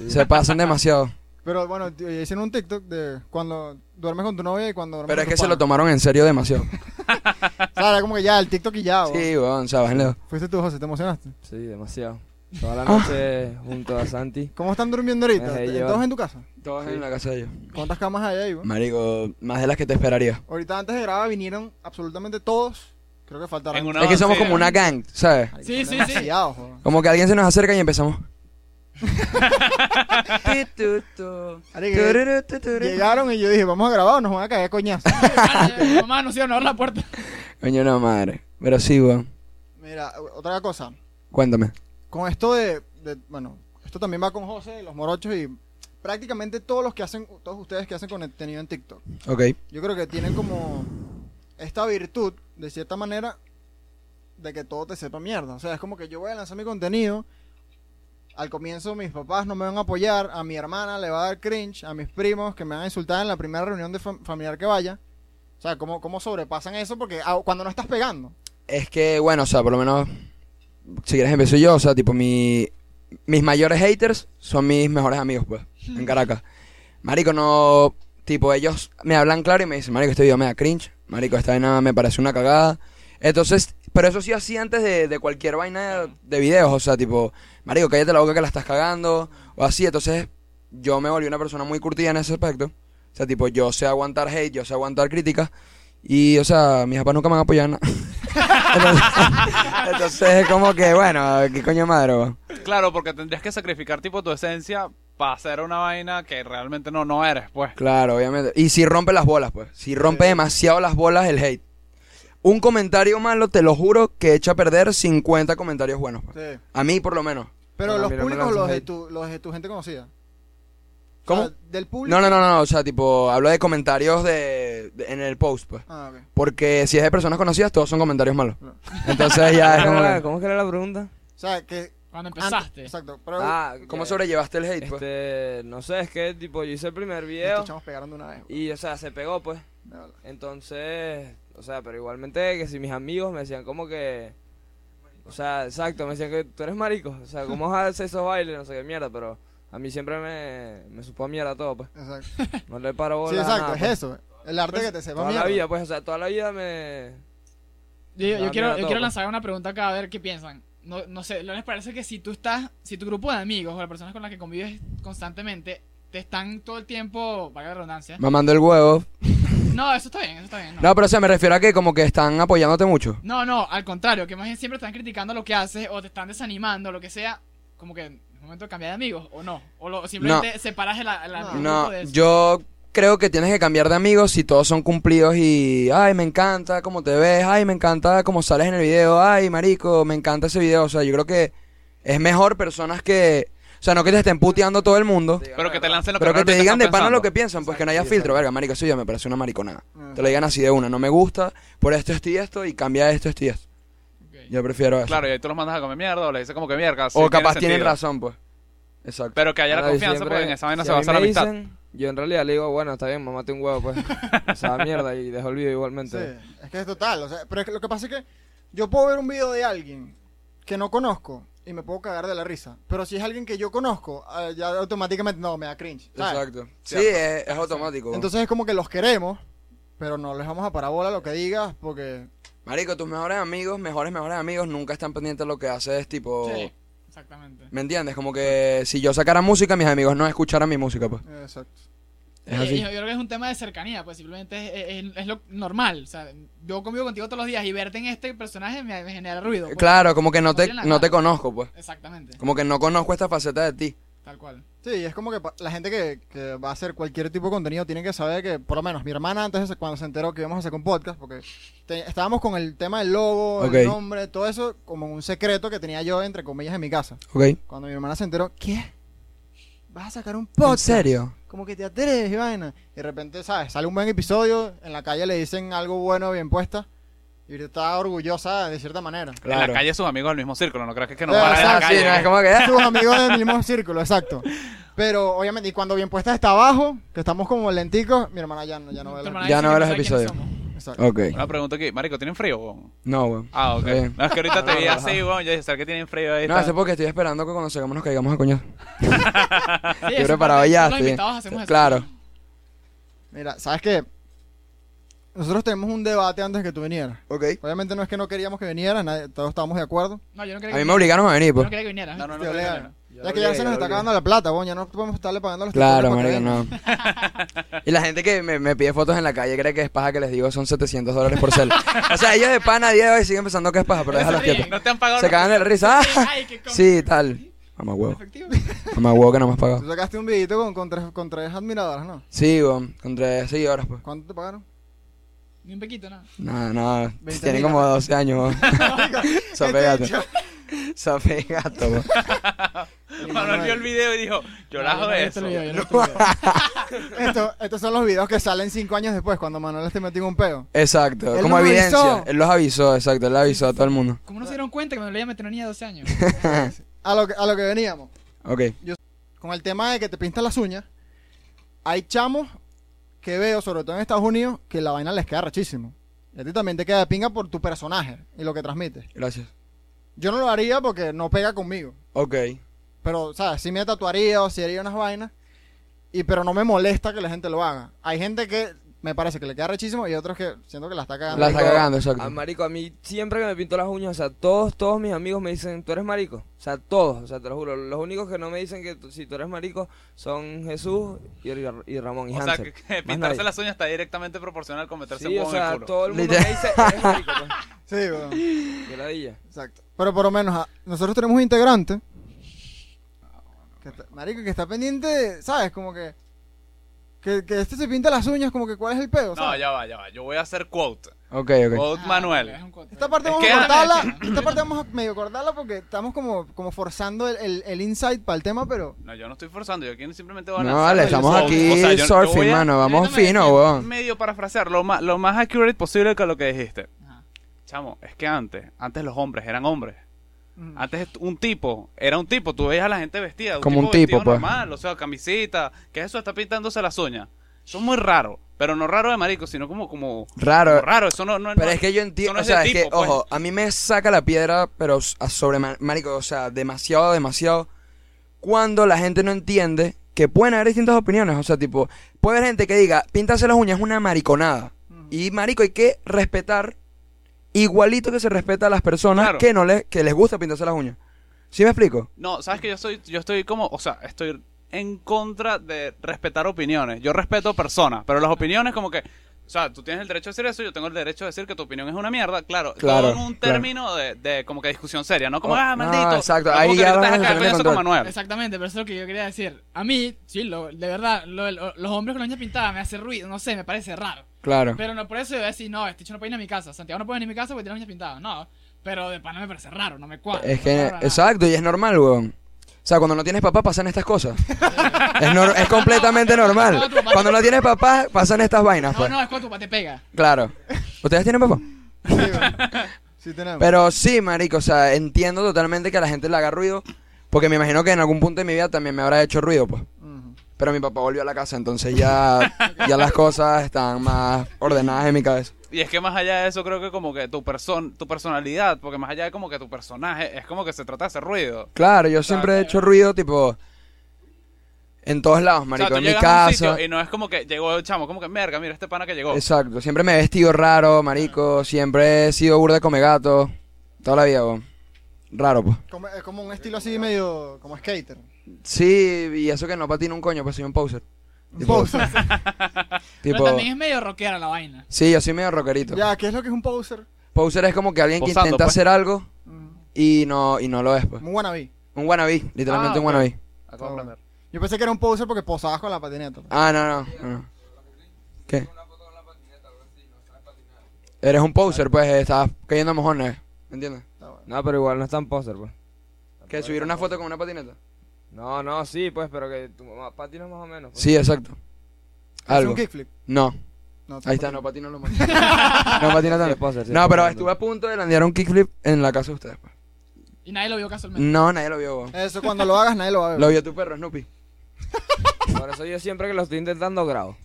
pues. Se pasan demasiado. Pero bueno, tío, hicieron un TikTok de cuando duermes con tu novia y cuando duermes Pero es con que tu se lo pana. tomaron en serio demasiado. O sea, era como que ya, el TikTok y ya. bo. Sí, weón, o sea, bájenlo. Fuiste tú, José, te emocionaste. Sí, demasiado. Toda la Ah. noche junto a *laughs* Santi. ¿Cómo están durmiendo ahorita? Dejé ¿Todos llevar. en tu casa? Todos en la casa de ellos. ¿Cuántas camas hay ahí, bo? Marico, más de las que te esperaría. Ahorita antes de grabar vinieron absolutamente todos. Creo que faltaron. En una Es que somos oncena. como una gang, ¿sabes? Sí, sí, sí. Demasiado, joder. Como que alguien se nos acerca y empezamos. Marica, eh, Llegaron y yo dije, vamos a grabar o nos van a caer coñazo. Mamá, no se iban a abrir la puerta. Coño, no, madre. Pero sí, weón. Mira, otra cosa. Cuéntame. Con esto de, de- bueno, esto también va con José, los morochos y prácticamente todos los que hacen, todos ustedes que hacen contenido en TikTok. Ok. Yo creo que tienen como esta virtud, de cierta manera, de que todo te sepa mierda. O sea, es como que yo voy a lanzar mi contenido. Al comienzo mis papás no me van a apoyar, a mi hermana le va a dar cringe, a mis primos que me van a insultar en la primera reunión de fam- familiar que vaya. O sea, ¿cómo, cómo sobrepasan eso? Porque ah, cuando no estás pegando. Es que, bueno, o sea, por lo menos. Si quieres empiezo yo, o sea, tipo, mi, mis mayores haters son mis mejores amigos, pues, en Caracas. Marico, no. Tipo, ellos me hablan claro y me dicen, Marico, este video me da cringe. Marico, esta vaina me parece una cagada. Entonces, pero eso sí hacía antes de, de cualquier vaina de, de videos, o sea, tipo, Marico, cállate la boca que la estás cagando, o así. Entonces, yo me volví una persona muy curtida en ese aspecto. O sea, tipo, yo sé aguantar hate, yo sé aguantar críticas. Y, o sea, mis papás nunca me van a apoyar en nada. Entonces, entonces es como que, bueno, qué coño de madre, weón? Claro, porque tendrías que sacrificar tipo tu esencia para hacer una vaina que realmente no, no eres, pues. Claro, obviamente. Y si rompe las bolas, pues. Si rompe demasiado las bolas el hate. Un comentario malo, te lo juro, que echa a perder 50 comentarios buenos. pues. Sí. A mí, por lo menos. Pero Bueno, los mira, me públicos, lanzas los de, hate. tu, los de tu gente conocida. ¿Cómo? O sea, del público. No, no, no, no. O sea, tipo, hablo de comentarios de, de- en el post, pues. Ah, ok. Porque si es de personas conocidas, todos son comentarios malos. Entonces ya es Ah, como... Ah, ¿Cómo, que- es que era la pregunta? O sea, que. Cuando antes- empezaste. exacto. Pero *laughs* Ah, ¿Cómo que- sobrellevaste el hate, pues? Este Este, no sé, es que tipo yo hice el primer video estos chamos pegaron de una vez. y o sea, se pegó pues. de verdad. Entonces, o sea, pero igualmente que si mis amigos me decían como que o sea, exacto, me decían que tú eres marico, o sea, cómo haces esos bailes, no sé qué mierda, pero a mí siempre me, me supo a mierda todo, pues. Exacto. No le paro bola Sí, a exacto, nada, es pues. eso. El arte que te sepa Toda la mierda. vida, pues, o sea, toda la vida me Yo, yo quiero, yo Ah, mira, todo, quiero pues. lanzar una pregunta acá a ver qué piensan. No, no sé, ¿no les parece que si tú estás, si tu grupo de amigos o las personas con las que convives constantemente te están todo el tiempo, valga *laughs* la redundancia? Mamando el huevo. No, eso está bien, eso está bien. No, No, pero o sea, me refiero a que como que están apoyándote mucho. no, no, al contrario, que más bien siempre están criticando lo que haces o te están desanimando, lo que sea, como que es momento de cambiar de amigos o Ah, no, o lo, simplemente separas el, el- el grupo No, de eso. yo creo que tienes que cambiar de amigos si todos son cumplidos y, ay, me encanta cómo te ves, ay, me encanta cómo sales en el video, ay, marico, me encanta ese video. O sea, yo creo que es mejor personas que, o sea, no que te estén puteando todo el mundo, Pero que te lancen lo que pero que te realmente digan de están pana lo pensando. que piensan, pues que no haya filtro. Verga, marico, eso ya me parece una mariconada. Te lo digan así de una, no me gusta, por esto, esto y esto, y cambia esto, esto y esto. Ok. Yo prefiero eso. Claro, y ahí tú los mandas a comer mierda o le dices como que mierda. sí, o tiene capaz tienen sentido. razón, pues. Exacto. Pero que haya la Claro, y confianza siempre- porque en esa vaina si se mí basa la me amistad. dicen, yo en realidad le digo, bueno, está bien, mamate un huevo, *laughs* pues. Esa mierda y dejo el video Sí, igualmente. es que es total. O sea, pero es que lo que pasa es que yo puedo ver un video de alguien que no conozco y me puedo cagar de la risa. Pero si es alguien que yo conozco, ah, ya automáticamente no, me da cringe. ¿sabes? Exacto. Sí, es, es automático. Entonces es como que los queremos, pero no les vamos a parabola lo que digas porque... Marico, tus mejores amigos, mejores, mejores amigos, nunca están pendientes de lo que haces, tipo... Sí, exactamente. ¿Me entiendes? Como que si yo sacara música, mis amigos no escucharan mi música, pues. eh, Exacto. Es Eh, así. Yo, yo creo que es un tema de cercanía, pues simplemente es, es- es lo normal. O sea, yo convivo contigo todos los días y verte en este personaje me, me genera ruido. pues. Claro, como que no te, No tiene no te nada. conozco, pues. Exactamente, Como que no conozco esta faceta de ti. tal cual. Sí, es como que pa- la gente que, que va a hacer cualquier tipo de contenido tiene que saber que, por lo menos, mi hermana antes, de se- cuando se enteró que íbamos a hacer un podcast, porque te- estábamos con el tema del logo, Ok. el nombre, todo eso, como un secreto que tenía yo, entre comillas, en mi casa. ¿Ok? Cuando mi hermana se enteró, ¿qué? ¿Vas a sacar un ¿En podcast? serio? Como que te atreves, y vaina. Y de repente, ¿sabes? Sale un buen episodio, en la calle le dicen algo bueno, bien puesta, y está orgullosa de cierta manera. En la calle sus amigos del mismo círculo, no creas que es que nos Eh, van o a sea, la Ah, sí, calle. no, es como que... tus amigos del mismo círculo, exacto. Pero obviamente, y cuando bien puesta está abajo, que estamos como lenticos, mi hermana ya, no- ya no ve Tu la- hermana Ya dice no que ve los sabe quiénes episodios. somos. Exacto. Ok. Una pregunta aquí, marico, ¿tienen frío, weón? No, weón. Ah, ok. Está bien. No, es que *laughs* ahorita te vi Ajá. así, weón. Yo dije, ¿será que tienen frío ahí? No, Está- eso es porque estoy esperando que cuando salgamos nos caigamos a coño. Sí, Yo eso preparado parte- ya, Los estoy bien. invitados hacemos eso. Claro. Mira, ¿sabes qué? Nosotros tenemos un debate antes que tú vinieras. Ok. Obviamente no es que no queríamos que vinieras, nadie- todos estábamos de acuerdo. No, yo no A quería mí que, me obligaron a venir, yo pues. no quería que vinieras. No, no, no. creo Tío, que Lea, no. ya que ya se nos está acabando la plata, bon, ya no podemos estarle pagando a los Claro, tutores para marico, que no. vengan. Y la gente que me, me pide fotos en la calle cree que es paja que les digo son 700 dólares por cel. O sea, ellos de pana a día de hoy siguen pensando que es paja, pero déjalos Se ríen. quietos. No te han pagado. Se cagan de la risa. ¡Ah! *laughs* Ay, qué Sí, tal. Mamá huevo. Efectivo. Mamá huevo que no me has Tú pagado. sacaste un videito con, con, tres, con tres admiradoras, ¿no? Sí, weón. Con tres seguidores, pues. ¿Cuánto te pagaron? Ni un pequito, nada. Nada, nada. 20.000, Tienen como 12 años, *laughs* weón. *laughs* Se Este pegato. bicho. Se pegato, weón. Manuel vio el video y dijo, yo la No, Ah, yo hago no he visto eso. el video, yo no he visto el video. Esto- estos son los videos que salen cinco años después, cuando Manuel te metió en un peo. Exacto. Él como nos evidencia. avisó. Él los avisó, exacto. Él le avisó a todo el mundo. ¿Cómo no se dieron cuenta que me lo iba a meter una niña de 12 años? A lo que, a lo que veníamos. Ok. con el tema de que te pintas las uñas, hay chamos que veo, sobre todo en Estados Unidos, que la vaina les queda rachísimo. Y a ti también te queda de pinga por tu personaje y lo que transmites. Gracias. Yo no lo haría porque no pega conmigo. Ok. Pero, ¿sabes? Si me tatuaría o si haría unas vainas. Y, pero no me molesta que la gente lo haga. Hay gente que me parece que le queda rechísimo y otros que siento que la está cagando. La está Marico, cagando, exacto. A Ah, marico, a mí siempre que me pinto las uñas, o sea, todos, todos mis amigos me dicen, tú eres marico. O sea, todos, o sea, te lo juro. Los únicos que no me dicen que tú- si tú eres marico son Jesús y, y Ramón y O sea, que, Hansel. que *laughs* Más pintarse nadie. las uñas está directamente proporcional con meterse Sí, un o huevo en el sea, culo. todo el mundo me Literal. dice, *laughs* eres marico. pues. Sí, bueno, Qué ladilla. exacto. Pero por lo menos a- nosotros tenemos un integrante. Que está- marico, que está pendiente, de- ¿sabes? Como que, que. que este se pinta las uñas, como que cuál es el No, pedo. ¿sabes? ya va, ya va. Yo voy a hacer quote. Ok, ok. Quote Manuel. Ah, es un cuate. Esta parte Es vamos que- a cortarla. Esta parte vamos a medio cortarla porque estamos como, como forzando el, el, el insight para el tema, pero. No, yo no estoy forzando, yo aquí simplemente voy a No, lanzar vale, el estamos quote. aquí O sea, yo- yo surfing, voy a mano. Vamos Déjame fino, decir, weón. Medio parafrasear, lo más, lo más accurate posible con lo que dijiste. Ajá. Chamo, es que antes, antes los hombres eran hombres. mm, Antes un tipo, era un tipo, tú veías a la gente vestida. Como un vestido tipo, pues. normal, o sea, camisita, que eso está pintándose las uñas. Eso es muy raro, pero no raro de marico, sino como, como, Raro. como raro, eso no, no Pero no- es que yo eso entiendo, no o de sea, es que, tipo, pues. ojo, a mí me saca la piedra, pero s- a sobre, ma- marico, o sea, demasiado, demasiado, cuando la gente no entiende que pueden haber distintas opiniones, o sea, tipo, puede haber gente que diga, pintarse las uñas es una mariconada, Mm. y marico, hay que respetar igualito que se respeta a las personas Claro. que no les, que les gusta pintarse las uñas, ¿sí me explico? No, sabes que yo soy, yo estoy como, o sea, estoy en contra de respetar opiniones. Yo respeto personas, pero las opiniones como que O sea, tú tienes el derecho a decir eso, yo tengo el derecho a decir que tu opinión es una mierda. Claro, Claro, todo en un claro. término de, de como que discusión seria, no como, Oh, ah, no, maldito. exacto, no ahí como ya que ahorita vamos dejas a caer tener coñazo con control. Manuel. Exactamente, pero eso es lo que yo quería decir. A mí, sí, lo, de verdad, lo de lo- los hombres con la uña pintada me hace ruido, no sé, me parece raro. Claro. Pero no por eso yo voy a decir, no, este hecho no puede ir a mi casa. Santiago no puede venir a mi casa porque tiene las uñas pintadas. No, pero de pana me parece raro, no me cuadra. Es no que, cuadra nada. exacto, y es normal, weón. O sea, cuando no tienes papá pasan estas cosas. es, nor- es completamente normal. Cuando no tienes papá pasan estas vainas, No, pues. no, es cuando tu papá te pega. Claro. ¿Ustedes tienen papá? Sí, güey. Sí tenemos. Pero sí, marico, o sea, entiendo totalmente que a la gente le haga ruido, porque me imagino que en algún punto de mi vida también me habrá hecho ruido, pues. Ujú. Pero mi papá volvió a la casa, entonces ya, ya las cosas están más ordenadas en mi cabeza. Y es que más allá de eso, creo que como que tu person tu personalidad, porque más allá de como que tu personaje, es como que se trata de hacer ruido. Claro, yo siempre he hecho ruido, tipo, en todos lados, marico, o sea, tú en mi llegas a un casa. sitio y no es como que llegó el chamo, como que merga, mira este pana que llegó. Exacto, siempre me he vestido raro, Ah. marico, siempre he sido burda come gato, toda la vida, weón. Raro, pues. Como- es como un estilo así medio como skater. Sí, y eso que no patino un coño, pues soy un poser. Un Tipo, poser. *laughs* tipo- Pero también es medio rockera la vaina. Sí, yo soy medio rockerito. ya, ¿qué es lo que es un poser? Poser es como que alguien Posando, que intenta pues. hacer algo Ujú. y no, y no lo es, pues. Un wannabe. Un wannabe, literalmente Ah, un ok. wannabe. Acabo de aprender. Yo pensé que era un poser porque posabas con la patineta. Ah, no, no, no, no. ¿Qué? Eres un poser, pues, estás cayendo a mojones, ¿entiendes? Está bueno. No, pero igual no es tan poser, pues. ¿Que subir una foto con una patineta? No, no, sí, pues, pero que tu mamá patinas más o menos. pues. Sí, exacto. ¿Es Algo. un kickflip? No, No, ahí está, no pues. patina lo más. *laughs* No patina Sí, tanto. es poser, sí, No, es pero poser. estuve a punto de landear un kickflip en la casa de ustedes, pues. Y nadie lo vio casualmente. No, nadie lo vio, weón. Eso cuando lo hagas nadie lo va a ver. Lo vio tu perro, Snoopy. Por eso yo siempre que lo estoy intentando grabo.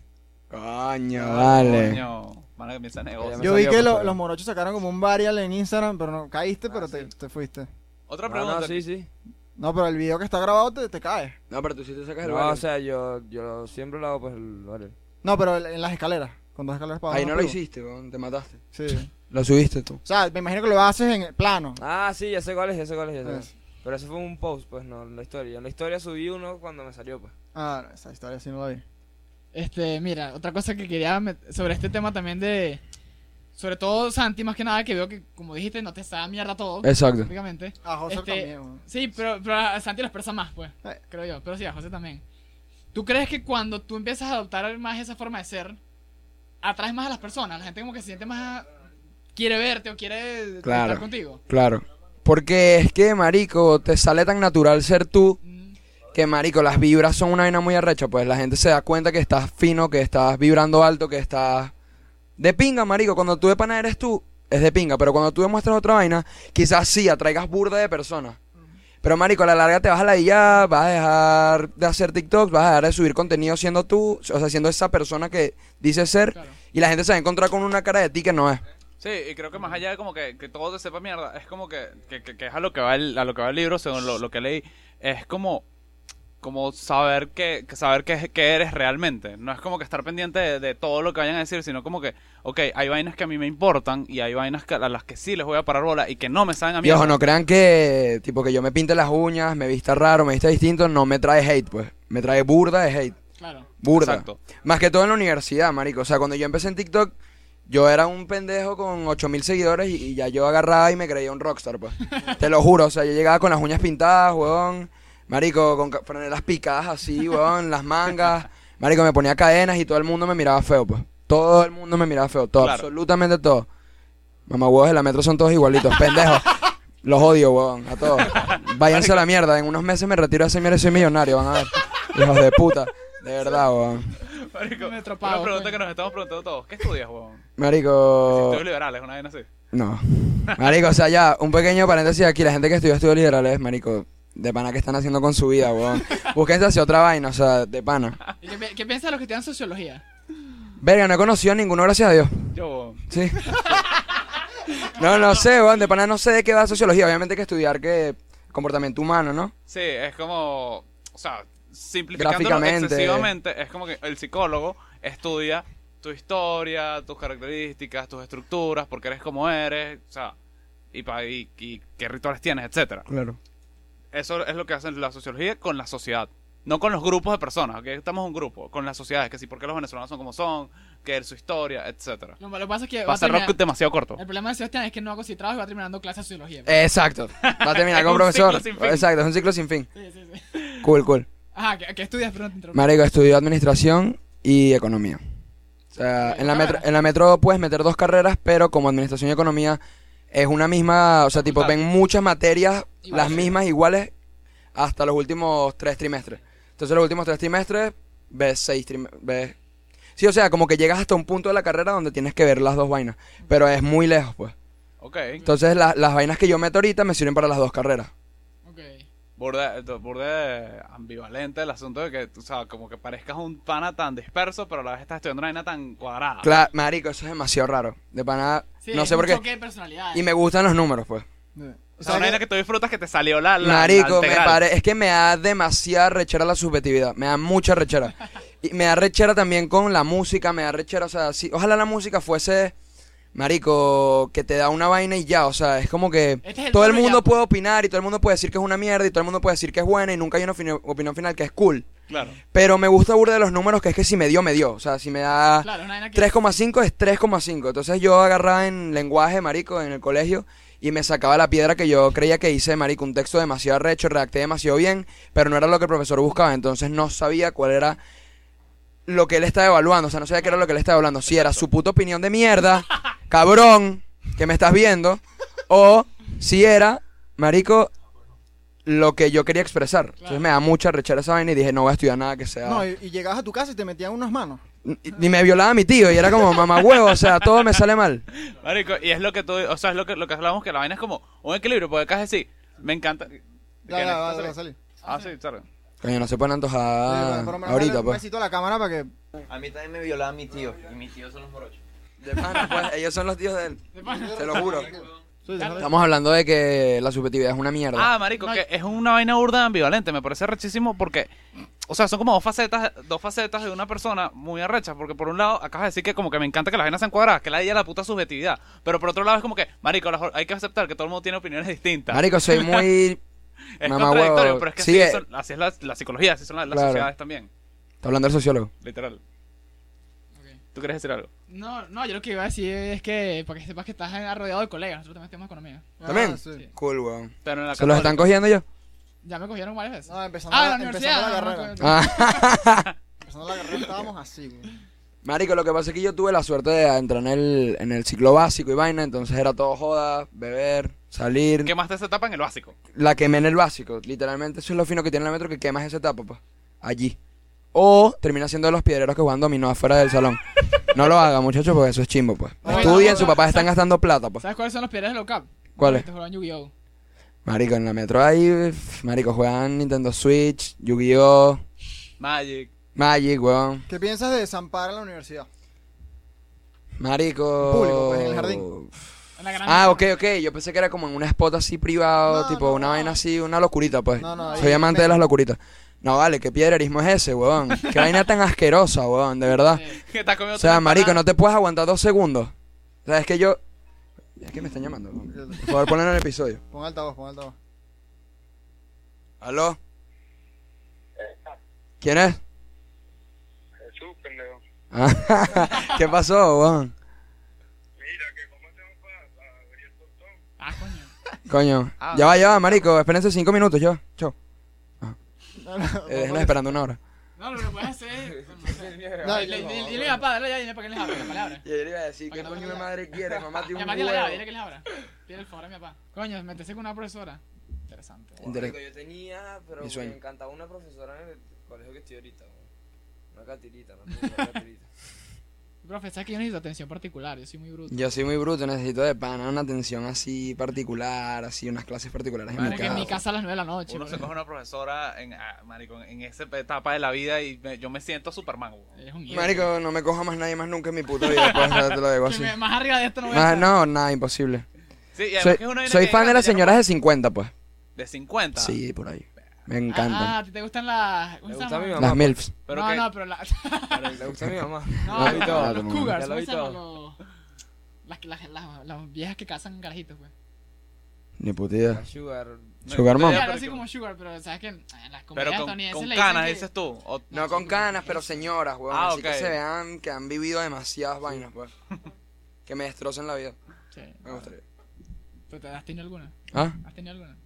Coño, Ah, vale. Coño, van a comienzar Ya negocio. me Yo vi salió, que pues, lo- pero- los morochos sacaron como un varial en Instagram, pero no Ah, caíste, pero te, te fuiste. Otra Ah, No, pregunta. no, sí, sí. No, pero el video que está grabado te, te cae. No, pero tú sí te Pues, sacas el No, baile. o sea, yo, yo siempre lo hago, pues, el vale. No, pero el- en las escaleras. Con dos escaleras para Ahí no abajo, lo pero- hiciste, weón, te mataste. Sí. Lo subiste tú. O sea, me imagino que lo haces en plano. Ah, sí, ya sé cuál es, ya sé cuál es, ya sé cuál es. Es. Pero eso fue un post, pues, no, en la historia. En la historia subí uno cuando me salió, pues. Ah, no, esa historia sí no la vi. Este, mira, otra cosa que quería met- sobre este tema también de. Sobre todo Santi, más que nada, que veo que, como dijiste, no te sabe mierda todo. Exacto. Prácticamente. A José Este- también. weón. Sí, pero, pero a Santi lo expresa más, pues. Eh. Creo yo. Pero sí, a José también. ¿Tú crees que cuando tú empiezas a adoptar más esa forma de ser, atraes más a las personas? La gente como que se siente más... ah, Quiere verte o quiere Claro. estar contigo. Claro. Porque es que, marico, te sale tan natural ser tú Mm, que, marico, las vibras son una vaina muy arrecha. Pues la gente se da cuenta que estás fino, que estás vibrando alto, que estás... De pinga, marico. Cuando tú de pana eres tú, es de pinga. Pero cuando tú demuestras otra vaina, quizás sí atraigas burda de personas. Pero, marico, a la larga te vas a la villa, vas a dejar de hacer TikToks, vas a dejar de subir contenido siendo tú, o sea, siendo esa persona que dices ser. claro. Y la gente se va a encontrar con una cara de ti que no es. Sí, y creo que más allá de como que, que todo te sepa mierda, es como que, que, que- que es a lo que va el, a lo que va el libro, según lo, lo que leí, es como, como saber que, que saber qué, es- qué eres realmente. No es como que estar pendiente de, de todo lo que vayan a decir, sino como que, ok, hay vainas que a mí me importan y hay vainas que- a las que sí les voy a parar bola y que no me saben a mí. Y ojo, no crean que, tipo, que yo me pinte las uñas, me vista raro, me vista distinto, no me trae hate, pues. Me trae burda de hate. Claro. Burda. Exacto. Más que todo en la universidad, marico. O sea, cuando yo empecé en TikTok, yo era un pendejo con 8000 seguidores y, y ya yo agarraba y me creía un rockstar, pues. Te lo juro, o sea, yo llegaba con las uñas pintadas, weón. Marico, con ca- franelas picadas así, weón, las mangas. Marico, me ponía cadenas y todo el mundo me miraba feo, pues. Todo el mundo me miraba feo, todo, Claro. absolutamente todo. Mamagüevos de la metro son todos igualitos, pendejos. Los odio, weón, a todos. Váyanse a la mierda, en unos meses me retiro de ese mierda y soy millonario, van a ver. Hijos de puta, de verdad, weón. Marico, Me he pues. una tropado, pregunta coño. que nos estamos preguntando todos, ¿qué estudias, huevón? Marico. Estudios liberales, una vaina así. No. Marico, o sea, ya, un pequeño paréntesis aquí. La gente que estudió estudios liberales, marico, de pana que están haciendo con su vida, weón. Búsquense hacia otra vaina, o sea, de pana. ¿Y qué, pi- qué piensan los que estudian sociología? Verga, no he conocido a ninguno, gracias a Dios. Yo, huevón. Sí. No, no sé, weón, de pana no sé de qué va sociología. Obviamente hay que estudiar que comportamiento humano, ¿no? Sí, es como, o sea, simplificándolo Gráficamente. excesivamente, es como que el psicólogo estudia tu historia, tus características, tus estructuras, por qué eres como eres, o sea, y, pa- y- y qué rituales tienes, etcétera. Claro. Eso es lo que hacen la sociología con la sociedad. No con los grupos de personas, que estamos en un grupo, con las sociedades, que sí, por qué los venezolanos son como son, que es su historia, etcétera. Lo malo que pasa es que Va va a a ser rock terminar- demasiado corto. el problema de Sebastián es que no hago si trabajo y va terminando clases de sociología. Eh. Exacto. Va a terminar Es con un profesor. ciclo sin fin. Exacto, es un ciclo sin fin. Sí, sí, sí. Cool, cool. Ajá, que, que estudias, pero no te interrumpo. Marico, estudió administración y economía. O sea, en la, metro, en la metro puedes meter dos carreras, pero como administración y economía es una misma, o sea, tipo, ven muchas materias, Iguales. las mismas, iguales, hasta los últimos tres trimestres. Entonces, los últimos tres trimestres, ves seis trimestres, ves... Sí, o sea, como que llegas hasta un punto de la carrera donde tienes que ver las dos vainas, pero es muy lejos, pues. Ok. Entonces, la- las vainas que yo meto ahorita me sirven para las dos carreras. Ok. Burde, burde ambivalente el asunto de que, o sea, como que parezcas un pana tan disperso, pero a la vez estás estudiando una vaina tan cuadrada. Claro, marico, eso es demasiado raro. De pana, Ah. Sí, no es sé un por qué. choque de personalidades. Y me gustan los números, pues. O sea, una vaina que tú disfrutas que te salió la. la la Marico, me integral. pare- es que me da demasiada rechera la subjetividad, me da mucha rechera. Y me da rechera también con la música, me da rechera, o sea, si, ojalá la música fuese, marico, que te da una vaina y ya, o sea, es como que Este es el todo el pueblo mundo ya. puede opinar y todo el mundo puede decir que es una mierda y todo el mundo puede decir que es buena y nunca hay una opini- opinión final que es cool. Claro. Pero me gusta burda de los números que es que si me dio, me dio, o sea, si me da... Claro, es una vaina que. 3,5 es 3,5. Entonces yo agarraba en lenguaje, marico, en el colegio y me sacaba la piedra que yo creía que hice, marico, un texto demasiado recho, redacté demasiado bien, pero no era lo que el profesor buscaba. Entonces no sabía cuál era lo que él estaba evaluando. O sea, no sabía qué era lo que él estaba evaluando. Si era su puta opinión de mierda, cabrón, que me estás viendo, o si era, marico, lo que yo quería expresar. Entonces me da mucha rechera esa vaina y dije, no voy a estudiar nada que sea... No, y, y llegabas a tu casa y te metían unas manos. Ni me violaba mi tío y era como mamá huevo, o sea, todo me sale mal. Marico, y es lo que tú, o sea, es lo que, lo que hablamos, que la vaina es como un equilibrio, porque acá es así, me encanta. Ya, que ya, necesitas va, va, va a salir. Ah, sí, sorry. Coño, no se pueden Sí, antojar bueno, por lo menos dale Ah, ahorita, un pues. besito a la cámara para que... A mí también me violaba mi tío. Y mis tíos son los morochos. De pana, pues, ellos son los tíos de él. De pana. Te lo juro. Sí, déjalo. Estamos hablando de que la subjetividad es una mierda. Ah, marico, que es una vaina burda ambivalente, me parece rechísimo porque, o sea, son como dos facetas, dos facetas de una persona muy arrecha, porque por un lado acabas de decir que como que me encanta que las vainas sean cuadradas, que la de ella la puta subjetividad, pero por otro lado es como que, marico, las- hay que aceptar que todo el mundo tiene opiniones distintas. Marico, soy *laughs* muy. es mamá contradictorio, huevo. pero es que Sí, así, eh. son- así es la, la psicología, así son la- las Claro. sociedades también, Está hablando el sociólogo. literal. Ok. ¿Tú quieres decir algo? No, no, yo lo que iba a decir es que para que sepas que estás rodeado de colegas, nosotros también tenemos economía. Ah, ¿También? sí. Cool, weón. Pero en la ¿Se los están católica- cogiendo ya? Ya me cogieron varias veces. No, empezando, ah, la, la universidad. empezando la no, no, carrera. no, no. Ah, *laughs* Empezando la carrera estábamos así, güey. Marico, lo que pasa es que yo tuve la suerte de entrar en el, en el ciclo básico y vaina, entonces era todo joda, beber, salir. Quemaste esa etapa en el básico. la quemé en el básico. Literalmente, eso es lo fino que tiene la metro que quemas esa etapa, pa. Allí. O termina siendo de los piedreros que juegan dominó afuera del *laughs* salón. No lo haga, muchachos, porque eso es chimbo, pues. Oye, Estudien, no, su no, papá no. están gastando plata, pues. ¿Sabes cuáles son los piedras de locap? ¿Cuáles? Te juegan Yu-Gi-Oh! Marico, en la metro ahí, f- marico, juegan Nintendo Switch, Yu-Gi-Oh, Magic. *laughs* Magic, weón. ¿Qué piensas de desampar en la universidad? Marico. Público, pues, en el jardín. En la gran Ah, ok, ok. Yo pensé que era como en un spot así privado, No, tipo no, una no. vaina así, una locurita, pues. No, no, ahí- Soy amante de las locuritas. No, vale, qué piedrerismo es ese, weón. Qué vaina tan asquerosa, weón, de verdad. Sí. Que estás comiendo O sea, tu marico, empanada. no te puedes aguantar dos segundos. O sea, es que yo... Es que me están llamando. weón. Por favor, ponlo en el episodio. Pon altavoz, pon altavoz. ¿Aló? ¿Quién es? Jesús, pendejo. Ah, *laughs* ¿Qué pasó, weón? Mira, que cómo hacemos para abrir el portón. Ah, coño. Coño. Ah, Ya va, ya va, marico. Espérense cinco minutos, yo. Chao. *laughs* No, no, Eh, déjenla esperando una hora. No, lo que puedes hacer. No, Dile- Dile dile a papá, dale ya, dile para que les abra la *laughs* palabra. Yo le iba a decir, ¿qué coño mi madre quiere? *laughs* Mamá Y papá tiene la llave, dile que les abra. Pide el favor a mi papá. Coño, metese con una profesora. Interesante. Inter- Marico, yo tenía, pero Mi me sueño. encantaba una profesora en el colegio que estoy ahorita, weón. Una catirita, no una catirita. Profe, sabes que yo necesito atención particular, yo soy muy bruto. Yo soy muy bruto, necesito de pana una atención así particular, así unas clases particulares en Vale, mi Porque en mi casa. casa a las 9 de la noche. Uno se boludo. coge una profesora en, ah, marico, en esa etapa de la vida y me- yo me siento Superman, weón. Eres un mierda. Marico, no me coja más nadie más nunca en mi puta vida, pues, te lo *laughs* digo Que así. me- Más arriba de esto no voy a Ah, estar. no, nada, imposible. Sí, y además Soy, que es una vaina soy que fan de las llega cuando ya señoras de 50, pues. no- De 50. Sí, por ahí. Me Ah, encantan. ¿a ti te gustan las. ¿cómo Me se gusta llaman? mi mamá. Las MILFs. Pero no, que, no, pero la- Le gusta a mi mamá. *laughs* no, Ya lo vi los todo. cougars, Ya lo ¿cómo vi se llaman todo. los- las, las, las, las viejas que cazan carajitos, pues. Ni puta idea. Sugar. Sugar mom. Ya, Claro, pero así yo- como Sugar, pero sabes que eh, en las comedias Pero con, estadounidenses con le dicen canas, que- dices tú. o- No con canas, pero señoras, weón. Ah, así ok. que se vean que han vivido demasiadas vainas, pues. que me destrocen la vida. Sí. Me gustaría. ¿Pero te- has tenido alguna? Ah, ¿Has tenido alguna?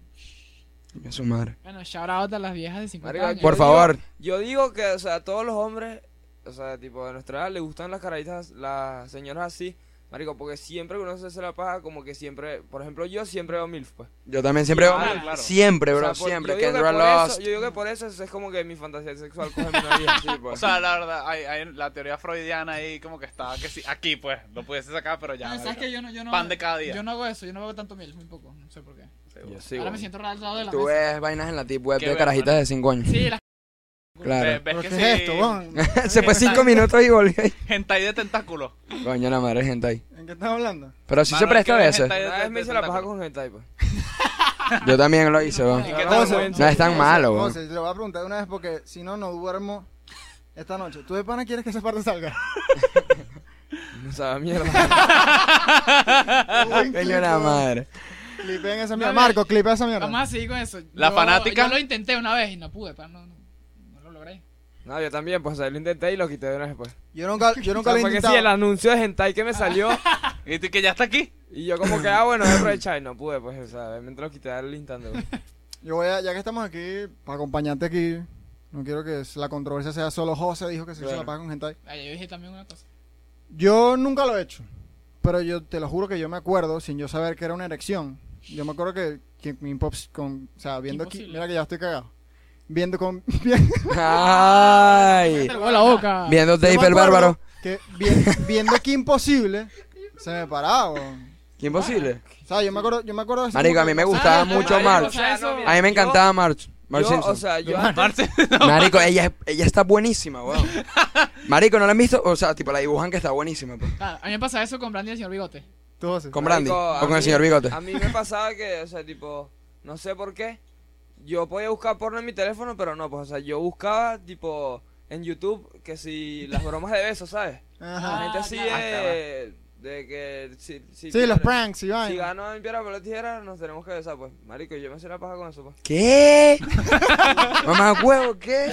es su madre. Bueno, shout out a las viejas de 50 Marica, años. Por Yo favor. Yo digo que, o sea, a todos los hombres, o sea, tipo, de nuestra edad, le gustan las carajitas, las señoras así, marico, porque siempre que uno se hace la paja, como que siempre, por ejemplo, yo siempre veo milf, pues. Yo también siempre. Claro, claro. Siempre, O bro. sea, por- siempre. yo digo, que Kendra por eso- Lost. yo digo que por eso es como que mi fantasía sexual coge una *laughs* vida así, O pues. sea, la verdad, hay, hay la teoría freudiana ahí como que está, que sí, aquí pues, lo pudiese sacar, pero ya. Ah, ¿Sabes marica. que yo no, yo no, Pan de cada día. Yo no hago eso, yo no hago tanto miel, muy poco, no sé por qué. Yo sí, Ahora güey. me siento raro al lado de la Tú mesa. ves vainas en la tip web Qué de ver, carajitas bueno. de 5 años. *laughs* Sí, las Claro. Ves ¿Pero que qué sí, es esto, weón? se fue 5 minutos y volvió ahí. Hentai de tentáculos. Coño, la madre, gente ahí. ¿En qué estás hablando? Pero sí se Mano, presta a ¿qué es veces. hentai de- Una de- vez me de hice la paja tentáculos? con hentai, pues. Yo también lo hice, weón. ¿Y qué No, tal, se- weón? No es tan malo, No, weón. se- te lo voy a preguntar de una vez porque si no, no duermo esta noche. ¿Tú de pana quieres que esa parte salga? O sea, mierda. *laughs* *laughs* Coño, la madre. Clipeen esa mierda. No, Marco, clipea esa mierda. Vamos a seguir con eso. La Yo- fanática. Yo lo intenté una vez y no pude, pa, no, no, no lo logré. No, yo también, pues, o sea, lo intenté y lo quité de una vez, pues. Yo nunca, yo O nunca sea, lo he porque sí, el intentado. anuncio de hentai que me *laughs* salió, Y tú que ya está aquí. y yo como que, ah, bueno, voy a aprovechar, y no pude, pues, o sea, me lo quité del instante, pues. Yo voy a, ya que estamos aquí, para acompañarte aquí, no quiero que la controversia sea solo José dijo que se hizo Claro. la paja con hentai. Ah, yo dije también una cosa. Yo nunca lo he hecho. Pero yo te lo juro que yo me acuerdo, sin yo saber que era una erección. Yo me acuerdo que, que mi pops con, o sea, viendo aquí, Imposible. mira que ya estoy cagado. Viendo con *laughs* Ay. Te lo voy a la boca. Viendo Yo me Tape el acuerdo Bárbaro. Que vi- viendo que imposible se me paraba. weón. ¿Qué imposible? O sea, yo me acuerdo, yo me acuerdo de ese Marico, a mí momento. me gustaba ¿Sabes? mucho Marico, March. ¿sabes eso? A mí me Yo- encantaba March. March Yo, Simpson. o sea, yo Marce. Marico, ella, es- ella está buenísima, weón. Marico, ¿no la han visto? O sea, tipo, la dibujan que está buenísima, pues. Claro, Ah, a mí me pasa eso con Brandy y el señor Bigote. Tú, José. Con Brandy. Marico, O a con mí- el señor Bigote. A mí me pasaba que, o sea, tipo, no sé por qué. Yo podía buscar porno en mi teléfono, pero no, pues, o sea, yo buscaba, tipo, en YouTube, que si las bromas de besos, ¿sabes? La Ajá. gente así claro. de, de que si, si Sí, los pierdes- pranks, Iván. Si gano en piedra, papel o tijera, nos tenemos que besar, pues. Marico, yo me hice la paja con eso, pues. ¿Qué? Mamá huevo, ¿qué?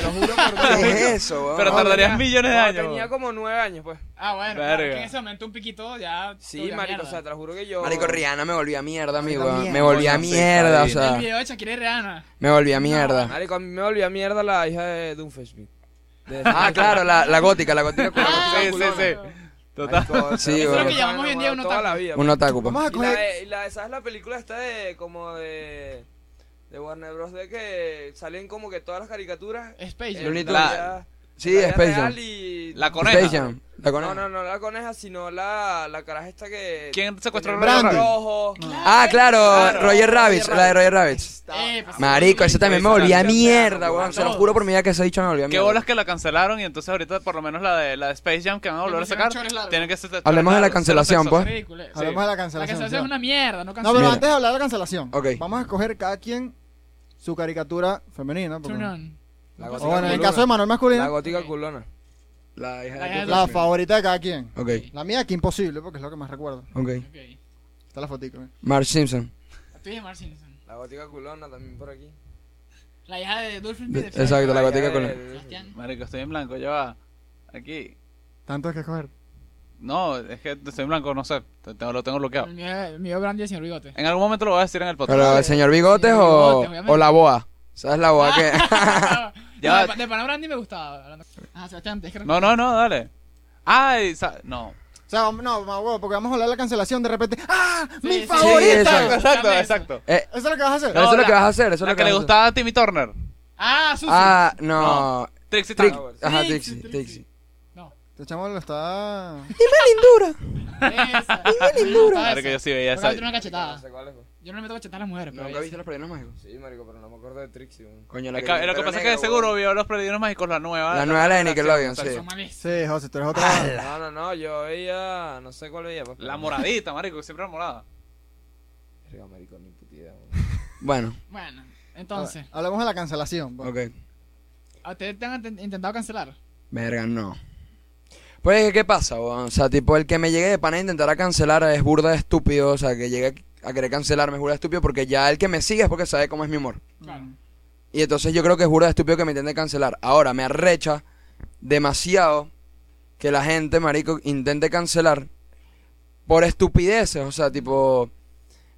¿Qué es eso, weón? Pero No, tardarías tenía- millones de Cuando años. Tenía como nueve años, pues. Ah, bueno, Verga. claro, que en ese momento un piquito ya. Sí, tuya, marico, mierda. o sea, te lo juro que yo... Marico, Rihanna me volvía mierda, amigo. Marico, Me volvía mierda, mierda. o Sí, El sea. video de Shakira y Rihanna. Me volvía mierda. Marico, a mí me volvía mierda la hija de Doomfishby. Ah, claro, la, la gótica, la gótica. con- *laughs* sí, sí, sí. Total. Sí, Eso es lo weón. que llamamos hoy en día un Toda otaku. la vida, Un otaku, pues. Vamos a Y la, coger. de, y la de- ¿sabes la película esta de como de de Warner Bros de que salen como que todas las caricaturas Space eh, Jam. Looney la Tunes. vida- Sí, la vida Space real Jam. y- La coneja. Space Jam. La No, no, coneja. no la coneja, sino la la caraja esta que ¿Quién secuestró a tenía el Brandy? pelo rojo. Ah, claro, Claro. Roger Rabbit, la de Roger Rabbit. Eh, pues, Marico, ese también me volvía mierda, weón. Se lo todos. juro por mi vida que ese dicho me volvía Qué mierda. bolas que la cancelaron y entonces ahorita por lo menos la de la de Space Jam que van a volver a pusieron sacar. chores largos. Tienen que ser Hablemos de la ser cancelación, sexo. pues. Ridículo. Sí. Hablemos de la La cancelación. cancelación es una mierda, no No, pero cancelación. Mira. antes de hablar de la cancelación, Ok. vamos a escoger cada quien su caricatura femenina. porque- Turn on. La O bueno, en el caso de Manuel la Masculino, gótica culona. La hija La de hija Tupac. la favorita de cada quien. Ok, La mía, que imposible, porque es lo que más recuerdo. ok. Ok. Está la fotico. eh. Marge Simpson. Tú y Mark Simpson. La gótica culona también por aquí. La hija de Dolphin De- Peterson. Eh, exacto. La hija gótica de- culona. de- Sebastián. Marico, estoy en blanco, ya va. Aquí. Tanto es que escoger. No, es que estoy en blanco, no sé. Te- te- lo tengo bloqueado. El mío, el mío Brandy y el señor Bigote. En algún momento lo voy a decir en el podcast. Pero el señor Bigotes Señor o, Bigotes, obviamente. o la boa. ¿Sabes la boa que? *laughs* Ya. No, de, de pana Brandy me gustaba. hablando- Ah, Sebastián, te No, no, no, dale. Ay, sa- no. O sea, vamos- no, más huevo, porque vamos a hablar de la cancelación de repente. ¡Ah! Sí, ¡Mi sí, sí, favorita! exacto. Cambia eso. Eh, ¿Eso es lo que vas a hacer? pero eso es la- lo que vas a hacer. Eso es La lo que le vas a hacer. gustaba a Timmy Turner. Ah, Susi. Ah, no. Trixie Trick. Tower. Ajá, Trixie, Trixie. Trixie. Trixie. No. Este chamo lo está. Esa. Qué Marico, yo sí veía esa. una No cachetada. sé cuál es. pues. Yo no le meto cachetada a las mujeres, pero. ¿Nunca viste los problemas mágicos? Sí, marico, pero no me acuerdo de *laughs* Trixie. weón. Coño, la Es que- Lo que tiene pasa es pelo que de negro, seguro weón. vio los Padrinos Mágicos, la nueva. La nueva la de generación, Nickelodeon, exacto. sí. Son malísimas. *laughs* Sí, José, tú eres otra. No, no, no, yo veía, no sé cuál veía. Pues, La moradita, marico, siempre era morada. Verga, marico, ni puta idea, weón. Bueno, Bueno, entonces. Ah, Hablemos de la cancelación. pues. ok. ¿A ustedes Ah, te han int- intentado cancelar? Verga, no. Pues, ¿qué pasa, weón? O sea, tipo, el que me llegue de pana a intentar a cancelar es burda de estúpido. O sea, que llegue a querer cancelarme, juro de estúpido, porque ya el que me sigue es porque sabe cómo es mi humor. Claro. Y entonces yo creo que juro de estúpido que me intente cancelar. Ahora, me arrecha demasiado que la gente, marico, intente cancelar por estupideces. O sea, tipo,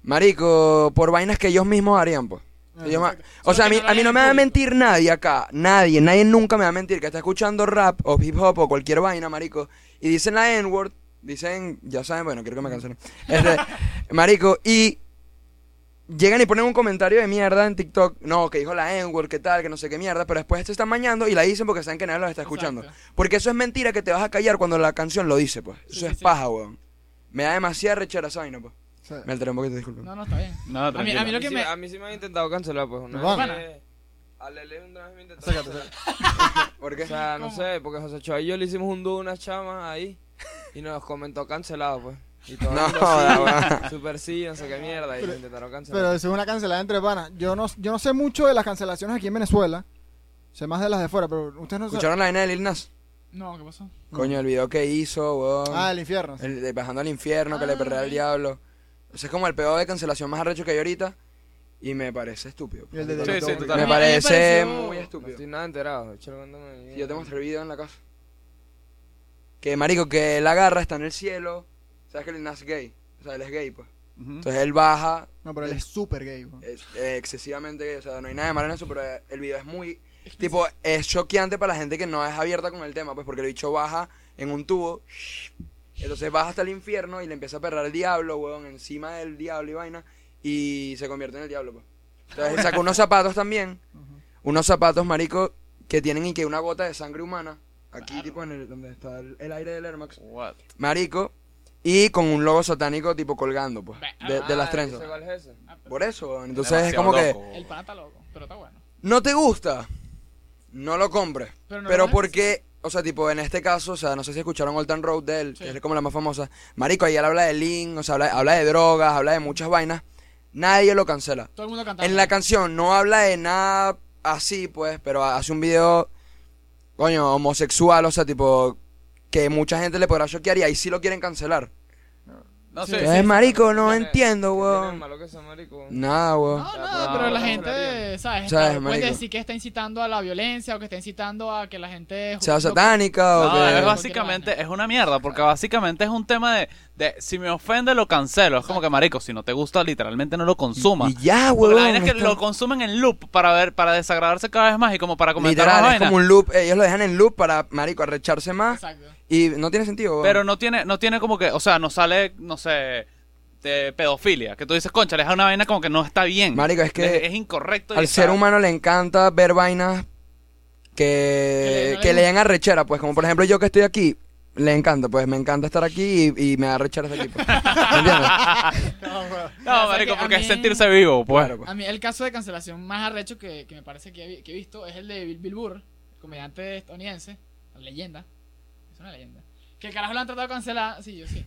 marico, por vainas que ellos mismos harían, pues. Ah, Yo ma- exacto. o Solo sea, a que mí, no lo a mí hagan no en me va a público. mentir nadie acá. Nadie, nadie nunca me va a mentir. Que está escuchando rap o hip hop o cualquier vaina, marico. Y dicen la N-word. Dicen, ya saben, bueno, quiero que me cancelen. Este, marico, y llegan y ponen un comentario de mierda en TikTok. No, que dijo la N-word, que tal, que no sé qué mierda. Pero después te están mañando y la dicen porque saben que nadie los está escuchando. Exacto. Porque eso es mentira que te vas a callar cuando la canción lo dice, pues. Eso sí, es sí. paja, weón. Me da demasiada rechera esa vaina, pues. O sea, Me alteré un poquito, disculpen. No, no, está bien. No, a, mí, tranquilo. a mí lo que sí, me. a mí sí me han intentado cancelar, pues. Una Bueno. vez, a Lele una vez me intentó sácate, cancelar. sácate. ¿Por qué? O sea, no ¿Cómo? sé, porque José Ochoa y yo le hicimos un dúo a unas chamas ahí y nos comentó cancelado, pues. Y todo el No, mundo joda, sí, super sí, no sé qué mierda, y nos intentaron cancelar. Pero eso es una cancelada entre panas. Yo no, yo no sé mucho de las cancelaciones aquí en Venezuela. Sé más de las de fuera, pero ustedes no saben. ¿Escucharon la vaina de Lil Nas? No, ¿qué pasó? Coño, el video que hizo, weón. Ah, el infierno. El de bajando al infierno, que Ah, le perrea al ok. diablo. Ese es como el peor de cancelación más arrecho que hay ahorita. Y me parece estúpido. Y el de- Sí, sí, Me Me totalmente. pare- parece pareció- muy No estúpido. estoy nada enterado. de hecho, lo cuento en mi- Yo tengo este video en la casa. Que marico, que él agarra, está en el cielo. ¿Sabes que Lil Nas es gay? O sea, él es gay, pues. Ujú. Entonces él baja, No, pero él es súper gay. bro. es, eh, excesivamente gay. O sea, no hay nada de malo en eso, pero eh, el video es muy Tipo, es choqueante para la gente que no es abierta con el tema, pues porque el bicho baja en un tubo, entonces baja hasta el infierno y le empieza a perrar el diablo, weón, encima del diablo y vaina, y se convierte en el diablo, pues. Entonces él saca unos zapatos también, unos zapatos, marico, que tienen y que una gota de sangre humana, aquí, tipo, en el, donde está el, el aire del Air Max, What? marico, y con un logo satánico, tipo, colgando, pues, de, de Ah, las yo trenzas. sé cuál es ese. Por eso, weón, entonces es como que... Demasiado El loco. pana está loco, pero está bueno. no te gusta, no lo compres. Pero Pero, no lo porque, o sea, tipo, en este caso, o sea, no sé si escucharon Old Town Road de él, Sí. que es como la más famosa. Marico, ahí él habla de Link, o sea, habla, habla de drogas, habla de muchas vainas. Nadie lo cancela. Todo el mundo cantando. En la canción no habla de nada así, pues, pero hace un video, coño, homosexual, o sea, tipo, que mucha gente le podrá choquear y ahí sí lo quieren cancelar. No Es sé. marico, no Tiene- entiendo, ¿qué tiene de weón. malo que sea marico? weón? Nada, No, weón. no, No, pero la no, gente, ¿sabes? ¿Sabes, Está- puede marico? decir que está incitando a la violencia o que está incitando a que la gente. Sea satánica o No, que... es básicamente, es una mierda, porque básicamente es un tema de, de si me ofende lo cancelo. Es como que marico, si no te gusta, literalmente no lo consumas. Y ya, Porque huevón. la vaina es que está- lo consumen en loop para ver, para desagradarse cada vez más y como para comentar más Literal, es vaina. como un loop. Ellos lo dejan en loop para, marico, arrecharse más. Exacto. Y no tiene sentido, Pero no tiene, no tiene como que, o sea, no sale, no sé, de pedofilia. Que tú dices, concha, es una vaina como que no está bien. Marico, es que es, es incorrecto. y Al está- ser humano le encanta ver vainas que, Que le- no le que le gusta. den arrechera. Pues, como por ejemplo yo que estoy aquí, le encanta. Pues, me encanta estar aquí y, y me da arrechera este tipo. ¿Me entiendes? No, O sea, que marico, a porque es mí- sentirse vivo, pues. Claro, pues. A mí el caso de cancelación más arrecho que, que me parece que he, vi- que he visto es el de Bill, Bill Burr, el comediante estadounidense, la leyenda. Es una leyenda. Que el carajo lo han tratado de cancelar, sí, yo sí.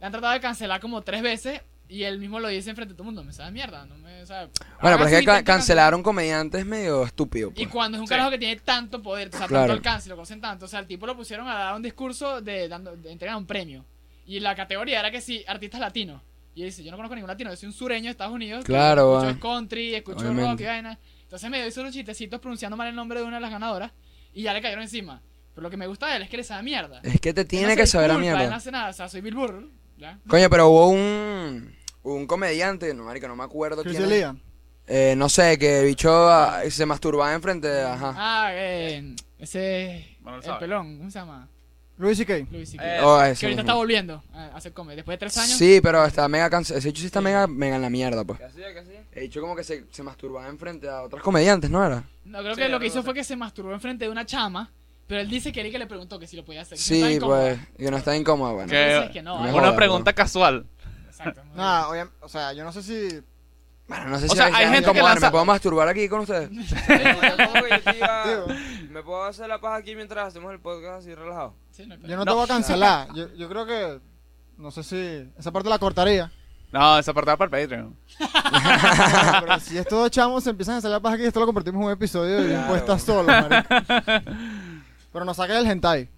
Lo han tratado de cancelar como tres veces y él mismo lo dice enfrente de todo el mundo. Me sabe mierda, no me sabe. Bueno, pero Hagan es que su ca- intento de cancelaron comediantes medio estúpido. Y Pues. cuando es un Sí. carajo que tiene tanto poder, o sea, tanto Claro. alcance, lo conocen tanto, o sea, el tipo lo pusieron a dar un discurso de, dando, de entregar un premio. Y la categoría era que sí, artistas latinos. Y él dice, yo no conozco ningún latino, yo soy un sureño de Estados Unidos. que Claro, Escucho ah. es country, escucho rock Obviamente. y vaina. Entonces me hizo unos chistecitos pronunciando mal el nombre de una de las ganadoras y ya le cayeron encima. Pero lo que me gusta de él es que le sabe mierda. Él Es que te Eh, tiene no se que saber a disculpa, Él no mierda. hace nada, o sea, soy Bill Burr, ¿ya? Coño, pero hubo un, un comediante, no, marico, no me acuerdo Chris quién. es. D'Elia. Eh, no sé, que bicho ah, se masturbaba enfrente de. Ajá. Ah, eh, ese... Bueno, lo el sabe. pelón, ¿cómo se llama? Louis C.K. Luis C.K. Eh, Oh, que ese ahorita mismo. está volviendo a hacer comedy. Después de tres años... Sí, pero está mega cansado. Ese hecho sí está mega, mega en la mierda, pues. ¿Qué hacía, qué *laughs* hacía? He dicho como que se, se masturbaba enfrente a otras comediantes, ¿no era? No, creo Sí, que lo algo que hizo así. fue que se masturbó enfrente de una chama, pero él dice que Erika le preguntó que si lo podía hacer. que si estaba Sí, incómodo. pues. Y no está incómoda, bueno. Que- Dices que no, una vale. pregunta casual. Exacto. muy Nada, obvia- o sea, yo no sé si. Bueno, no sé O si sea, hay gente que incómoda, lanza- ¿Me puedo masturbar aquí con ustedes? Eh, Yo como que yo te iba- Digo, ¿Me puedo hacer la paja aquí mientras hacemos el podcast así relajado? bien. Sí, no hay yo problema. no te voy a cancelar. Yo, yo creo que. No sé si. Esa parte la cortaría. No, esa parte va para el Patreon. Pero si estos dos chamos se empiezan a salir paja aquí, esto lo convertimos en un episodio de Claro. impuestas solo, marico. Pero nos saca del hentai.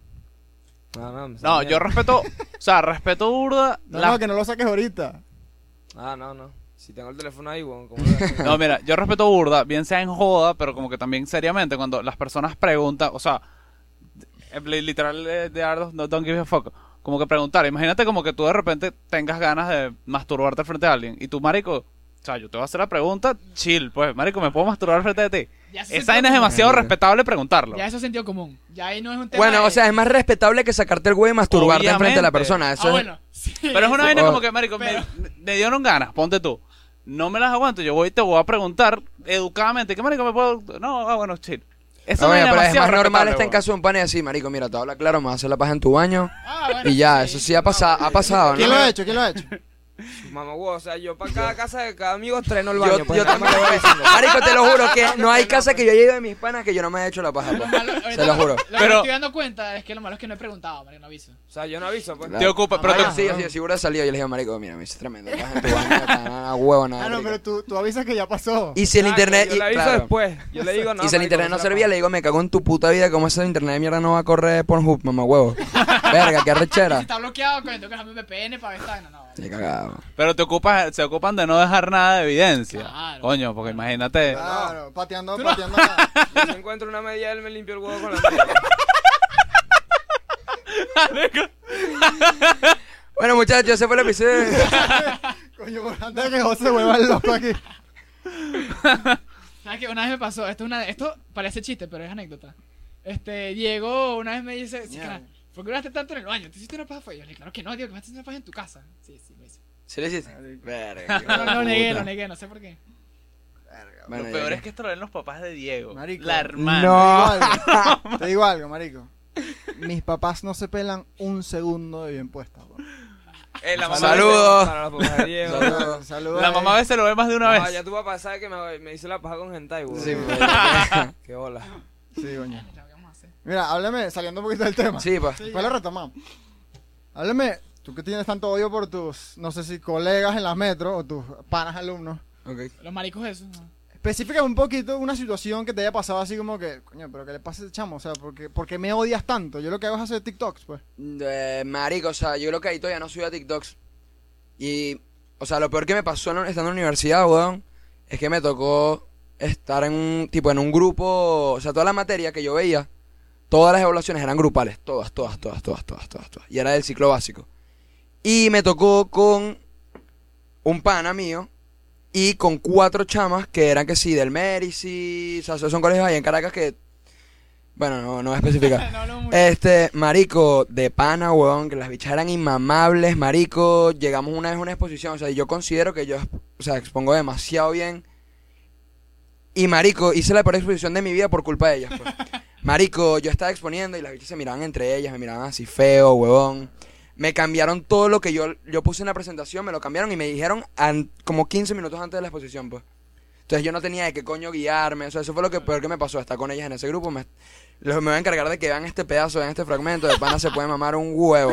No, no, No, yo respeto, o sea, respeto burda. No, la- no, que no lo saques ahorita. Ah, no, no. Si tengo el teléfono ahí, weón, ¿cómo *laughs* lo- No, mira, yo respeto burda, bien sea en joda, pero como que también seriamente, cuando las personas preguntan, o sea, eh, li- literal de, de Ardos, no don't give a fuck. Como que preguntar, imagínate como que tú de repente tengas ganas de masturbarte frente a alguien y tú, marico, o sea, yo te voy a hacer la pregunta, chill, pues, marico, ¿me puedo masturbar frente de ti? Ya eso Esa vaina sentido es demasiado Verga. respetable preguntarlo. común. Ya eso es sentido común. Ya ahí no es un tema. Bueno, de- o sea, es más respetable que sacarte el huevo y masturbarte Obviamente. enfrente de la persona. Eso ah, es- bueno. sí. *laughs* Pero es una vaina Oh. como que, marico, me, me dieron ganas, ponte tú. No me las aguanto, yo voy y te voy a preguntar educadamente, ¿qué marico me puedo...? No, ah, bueno, chill. Esa Ah, bueno, vaina pero es demasiado más normal respetable, está en weón. caso de un pane así, marico, mira, te habla claro, me vas a hacer la paja en tu baño Ah, bueno, y ya, eso sí ha pasado, ha pasado, ¿Quién lo ¿no? ha hecho? ¿Quién lo ha hecho? Mamá, weón, o sea, yo para cada casa de cada amigo estreno el baño. Yo, pues, yo nada más también lo que voy he hecho. diciendo. Marico, te lo juro que no hay casa que yo lleve de mis panas que yo no me he hecho la paja. pues. malo- ahorita Se lo juro. Lo que Pero- me estoy dando cuenta es que lo malo es que no he preguntado, Mario, no aviso. O sea, yo no aviso, pues. Te ocupa, pero te- Marico, Ah, sí, sí, seguro ha salido. Yo le dije, marico, mira, me hice tremendo paja en tu baño, nada, nada, huevo, nada, Ah, no, marico. pero tú, tú avisas que ya pasó. Y si el internet... Yo y- le aviso claro. después. Yo le digo, *laughs* no. y si el marico, internet no se la servía, pago. le digo, me cago en tu puta vida, ¿cómo ese internet de mierda no va a correr Pornhub, mamá huevo? Verga, qué Si arrechera. está bloqueado, coño, tengo que dejarme un VPN para ver esta vaina. No, vale. Qué cagado. Pero te ocupas, se ocupan de no dejar nada de evidencia. Claro. Coño, porque imagínate. Claro, pateando, Tú no. pateando. la- *laughs* Yo encuentro una media, él me limpió el huevo *laughs* con la media. Bueno, muchachos, ese fue el episodio. *laughs* Coño, por antes de que José se vuelva loco aquí. ¿Sabes qué? Una vez me pasó, esto, es una, esto parece chiste, pero es anécdota. Este, Diego una vez me dice, sí, Mierda. cara, ¿por qué duraste tanto en el baño? ¿Te hiciste una paja? Fue yo, le dije, claro que no, Diego, que me hiciste una paja en tu casa. Sí, sí, lo hice. ¿Se le hiciste? Verga. No, lo negué, lo negué, no sé por qué. Bueno, lo ya peor que- es que esto lo ven los papás de Diego. Marico. La hermana. No. Te digo algo, te digo algo, marico. Mis papás no se pelan un segundo de bien puesta. bro. Eh, la mamá, Saludos. Para la papá de *laughs* pues, Diego. Saludos. Saludos. la mamá a veces lo ve más de una No, vez. ya tú vas a pasar que me, me hice la paja con hentai, weón. Sí, *laughs* pues. *laughs* Qué bola. Sí, coño. Ya, ¿qué vamos a hacer? Mira, háblame, saliendo un poquito del tema. Sí, pues. Después lo retomamos. Háblame, tú que tienes tanto odio por tus, no sé si colegas en las metro o tus panas alumnos. Ok. Los maricos esos. ¿no? Específicame un poquito una situación que te haya pasado así como que, coño, pero ¿qué le pasa a ese chamo? O sea, ¿por qué, por qué me odias tanto? Yo lo que hago es hacer TikToks, pues. Eh, marico, o sea, yo lo que ahí todavía no subí a TikToks. Y, o sea, lo peor que me pasó en- estando en la universidad, weón, es que me tocó estar en un, tipo, en un grupo, o sea, toda la materia que yo veía, todas las evaluaciones eran grupales, todas, todas, todas, todas, todas, todas, todas. Y era del ciclo básico. Y me tocó con un pana mío y con cuatro chamas que eran que sí, del Merici, o sea, son colegios ahí en Caracas que, bueno, no, no voy a especificar. No hablo mucho. Este, marico, de pana, weón, que las bichas eran inmamables, marico. Llegamos una vez a una exposición, o sea, yo considero que yo, o sea, expongo demasiado bien. Y marico, hice la peor exposición de mi vida por culpa de ellas, pues. Marico, yo estaba exponiendo y las bichas se miraban entre ellas, me miraban así feo, huevón. Me cambiaron todo lo que yo, yo puse en la presentación, me lo cambiaron y me dijeron an- como 15 minutos antes de la exposición, pues. Entonces yo no tenía de qué coño guiarme, o sea, eso fue lo que peor que me pasó, estar con ellas en ese grupo. Me, los- me voy a encargar de que vean este pedazo, vean este fragmento, de pana se puede mamar un huevo.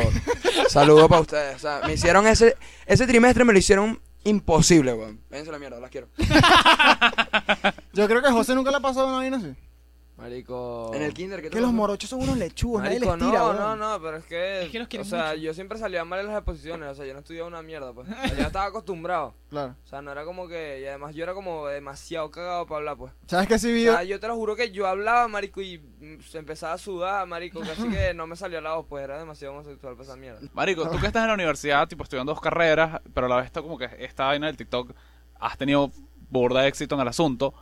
Saludo para ustedes, o sea, me hicieron ese, ese trimestre me lo hicieron imposible, weón. Váyanse a la mierda, las quiero. Yo creo que a José nunca le ha pasado una vaina así. Marico. En el kinder que Que los morochos son unos lechudos, nadie Marico, les tira, no, weón. no, no, pero es que, Es que los o quieren sea, mucho. yo siempre salía mal en las exposiciones, o sea, yo no estudiaba una mierda, pues. O sea, yo estaba acostumbrado. Claro. O sea, no era como que, y además yo era como demasiado cagado para hablar, pues. ¿Sabes qué sí O vi? sea, yo te lo juro que yo hablaba, marico, y mm, se empezaba a sudar, marico, casi que no me salía la voz, pues era demasiado homosexual para esa mierda. Marico, tú que estás en la universidad, tipo, estudiando dos carreras, pero a la vez está como que esta vaina del TikTok, has tenido burda de éxito en el asunto.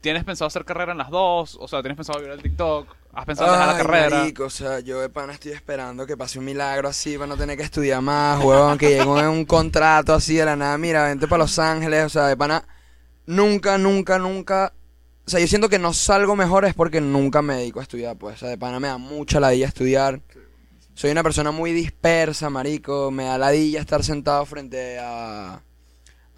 ¿Tienes pensado hacer carrera en las dos? O sea, ¿tienes pensado vivir el TikTok? ¿Has pensado en dejar la Ay, carrera? marico, o sea, yo de pana estoy esperando que pase un milagro así para no tener que estudiar más, huevón, que llegue un- un contrato así de la nada, mira, vente para Los Ángeles, o sea, de pana nunca, nunca, nunca, o sea, yo siento que no salgo mejor es porque nunca me dedico a estudiar, pues, o sea, de pana me da mucha ladilla estudiar. Soy una persona muy dispersa, marico, me da ladilla estar sentado frente a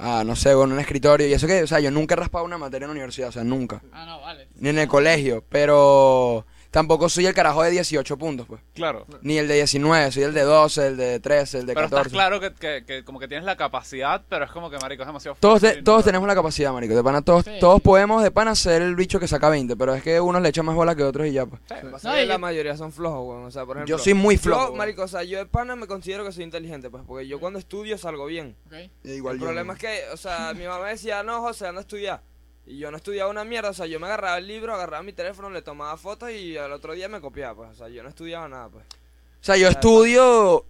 a, no sé, bueno, un escritorio y eso que, o sea, yo nunca he raspado una materia en la universidad, o sea, nunca Ah, no, vale. ni en el colegio, pero Tampoco soy el carajo de 18 puntos, pues. Claro. Ni el de 19, soy el de 12, el de 13, el de Pero 14. estás claro que, que- que como que tienes la capacidad, pero es como que, marico, es demasiado Todos, fácil, te- todos ¿no? tenemos la capacidad, marico. De pana, todos, Sí. todos podemos de pana ser el bicho que saca 20, pero es que unos le echan más bola que otros y ya, pues. Lo que pasa No, es que y- la mayoría son flojos, weón. O sea, por ejemplo. Yo soy muy flojo, Yo, weón. marico, o sea, yo de pana me considero que soy inteligente, pues, porque yo cuando estudio salgo bien. Ok. Igual el problema es que, o sea, mi mamá decía, no, José, anda a estudiar. Y yo no estudiaba una mierda, o sea, yo me agarraba el libro, agarraba mi teléfono, le tomaba fotos y al otro día me copiaba, pues, o sea, yo no estudiaba nada, pues. O sea, yo estudio,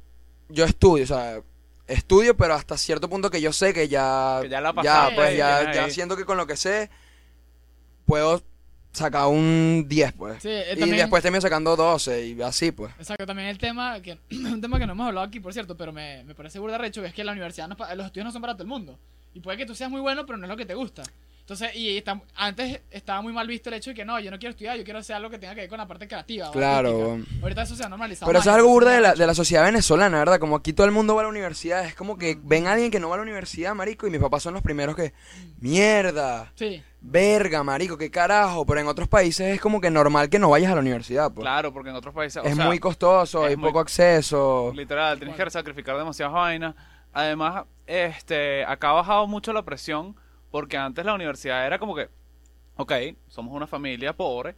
yo estudio, o sea, estudio, pero hasta cierto punto que yo sé que ya, Que ya la pasaste, pues, ya, ya, ya ahí. siento que con lo que sé puedo sacar un 10, pues. Sí, eh, y también- después termino sacando 12 y así, pues. Exacto, también el tema, que *clears throat* un tema que no hemos hablado aquí, por cierto, pero me, me parece burda recho, que es que la universidad, no es pa- los estudios no son para todo el mundo. Y puede que tú seas muy bueno, pero no es lo que te gusta. Entonces, y está- antes estaba muy mal visto el hecho de que no, yo no quiero estudiar, yo quiero hacer algo que tenga que ver con la parte creativa. o Claro, artística. weón. Ahorita eso se ha normalizado. Pero más, eso es algo entonces, burda de la, arrecho. de la sociedad venezolana, ¿verdad? Como aquí todo el mundo va a la universidad, es como que ven a alguien que no va a la universidad, marico, y mis papás son los primeros que, mierda, Sí, verga, marico, qué carajo. Pero en otros países es como que normal que no vayas a la universidad, pues. Claro, porque en otros países. o es sea, muy costoso, es hay muy- poco acceso. Literal, tienes que sacrificar demasiadas vainas. Además, este, acá ha bajado mucho la presión porque antes la universidad era como que, ok, somos una familia pobre,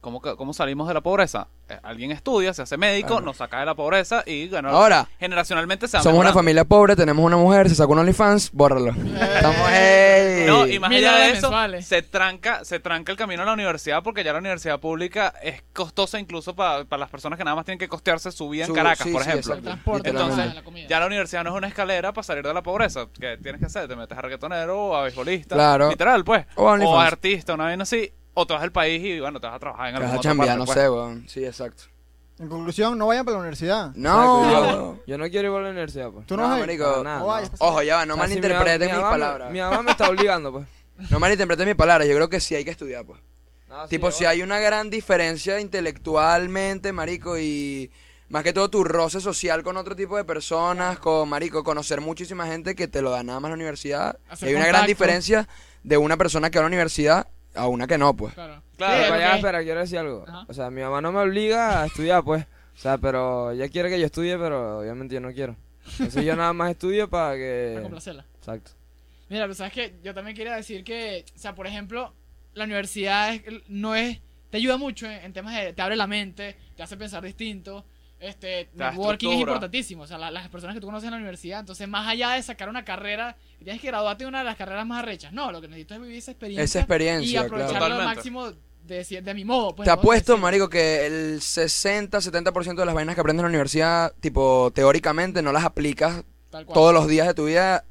¿cómo, que- cómo salimos de la pobreza? Eh, alguien estudia, se hace médico, Claro. nos saca de la pobreza y bueno, Ahora, generacionalmente se va Somos una mejorando. familia pobre, tenemos una mujer, se sacó un OnlyFans, bórralo. Estamos, hey. No, y más allá Mil de dólares eso, mensuales. se tranca, se tranca el camino a la universidad porque ya la universidad pública es costosa incluso para las personas que nada más tienen que costearse su vida en Su- Caracas, sí, por sí, ejemplo. el Exacto, transporte, la literalmente. comida, la comida. Ya la universidad no es una escalera para salir de la pobreza. que tienes que hacer? Te metes a reggaetonero o a beisbolista. Claro. Literal, pues. O O, OnlyFans. a artista, una vaina así. O te vas del país y, bueno, te vas a trabajar en Te algún vas a otro chambear, parte, no pues. sé, weón. Sí, exacto. En conclusión, no vayan para la universidad. Exacto, yo- No. Yo no quiero ir a la universidad, pues. Tú no, No, vas a ir. marico, Para nada, No no. vayas. Ojo, ya va, no O sea, si mi malinterpreten mamá- mi mis mamá me- palabras. Mi mamá me está *laughs* obligando, pues. No malinterpreten mis palabras, yo creo que sí hay que estudiar, pues. No, sí, tipo, yo- si hay una gran diferencia intelectualmente, marico, y más que todo tu roce social con otro tipo de personas, con, marico, conocer muchísima gente que te lo da nada más la universidad. Y Hacer hay una gran contacto. diferencia de una persona que va a la universidad a una que no, pues. Claro. Claro, Sí, Pero ya, ok. espera, quiero decir algo. Ajá. O sea, mi mamá no me obliga a estudiar, pues. O sea, pero ella quiere que yo estudie, pero obviamente yo no quiero. Entonces yo nada más estudio *laughs* para Para que... complacerla. Exacto. Mira, pero sabes que yo también quería decir que, o sea, por ejemplo, la universidad es- no es, te ayuda mucho en, en temas de, te abre la mente, te hace pensar distinto, este, da networking es estructura. importantísimo, o sea, la- las personas que tú conoces en la universidad, entonces más allá de sacar una carrera, que tienes que graduarte de una de las carreras más arrechas, no, lo que necesito es vivir esa experiencia, Esa experiencia, y aprovecharlo claro. al Totalmente. máximo de, ci- de mi modo. Pues, Te ¿no? apuesto, Decir, marico, que el 60-70% de las vainas que aprendes en la universidad, tipo, teóricamente, no las aplicas Tal cual, todos los días de tu vida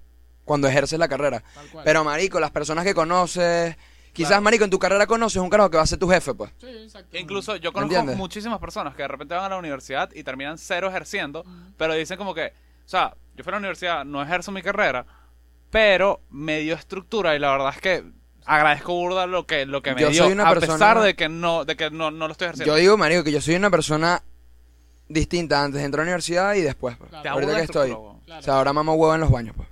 cuando ejerces la carrera. tal cual. Pero, marico, las personas que conoces... Quizás, Claro. marico, en tu carrera conoces un carajo que va a ser tu jefe, pues. Sí, exacto. E Incluso yo conozco ¿Entiendes? muchísimas personas que de repente van a la universidad y terminan cero ejerciendo, pero dicen como que, o sea, yo fui a la universidad, no ejerzo mi carrera, pero me dio estructura y la verdad es que agradezco burda lo que lo que me Yo dio soy una a persona- pesar de que no de que no, no lo estoy ejerciendo. Yo digo, marico, que yo soy una persona distinta antes de entrar a la universidad y después, pues. Claro. Te da Ahorita burda que estructura, estoy. weón. O Claro. sea, ahora mamo huevo en los baños, pues.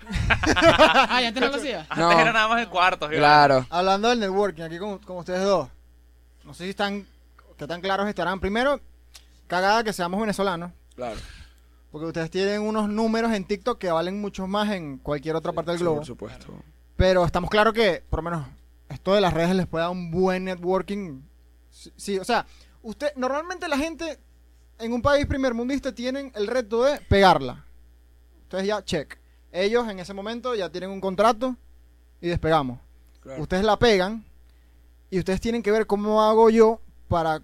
ah, y *laughs* antes no lo hacía. No. Antes era nada más en cuartos. y Claro. Hablando del networking, aquí con, con ustedes dos. No sé si están, qué tan claros estarán. Primero, cagada que seamos venezolanos. Claro. Porque ustedes tienen unos números en TikTok que valen mucho más en cualquier otra parte del Sí, globo. Por supuesto. Pero estamos claros que, por lo menos, esto de las redes les puede dar un buen networking. Sí, sí, o sea, usted, normalmente la gente en un país primermundista tienen el reto de pegarla. Ustedes ya, check. Ellos en ese momento ya tienen un contrato y despegamos. Claro. Ustedes la pegan y ustedes tienen que ver cómo hago yo para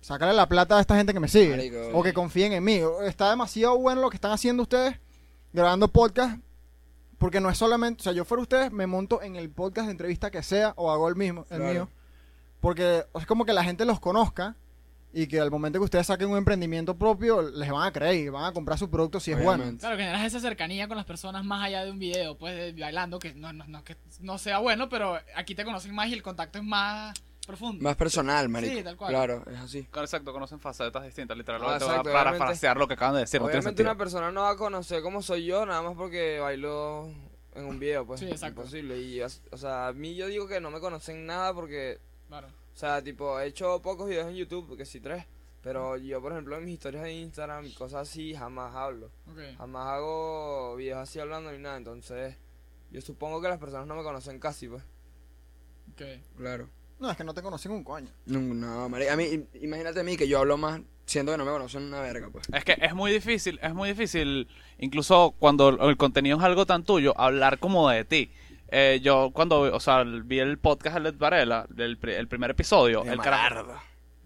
sacarle la plata a esta gente que me sigue Marico. o que confíen en mí. Está demasiado bueno lo que están haciendo ustedes grabando podcast porque no es solamente, o sea, yo fuera ustedes me monto en el podcast de entrevista que sea o hago el mismo, el Claro. mío. Porque es como que la gente los conozca y que al momento que ustedes saquen un emprendimiento propio les van a creer y van a comprar su producto si es Obviamente. Claro, generas esa cercanía con las personas más allá de un video, pues de- bailando, que no, no, no, que no sea bueno, pero aquí te conocen más y el contacto es más Mm. profundo. Más personal, marico. Sí, tal cual. Claro, es así. Claro, Exacto, conocen facetas distintas, Ah, literalmente. exacto, para obviamente. frasear lo que acaban de decir, no tiene Obviamente sentido. una persona no va a conocer cómo soy yo, nada más porque bailó en un video, pues. Sí, exacto. Imposible. Y, o o sea, a mí yo digo que no me conocen nada porque Claro. O sea, tipo, he hecho pocos videos en YouTube, que sí tres. Pero yo, por ejemplo, en mis historias de Instagram y cosas así, jamás hablo. Ok. Jamás hago videos así hablando ni nada. Entonces, yo supongo que las personas no me conocen casi, pues. Ok. Claro. No, es que no te conocen un coño. No, no, marico. A mí, im- imagínate a mí que yo hablo más siento que no me conocen una verga, pues. Es que es muy difícil, es muy difícil, incluso cuando el contenido es algo tan tuyo, hablar como de ti. Eh, yo cuando, o sea, vi el podcast de Led Varela, el, pri- el primer episodio, Medio el carajo... malardo.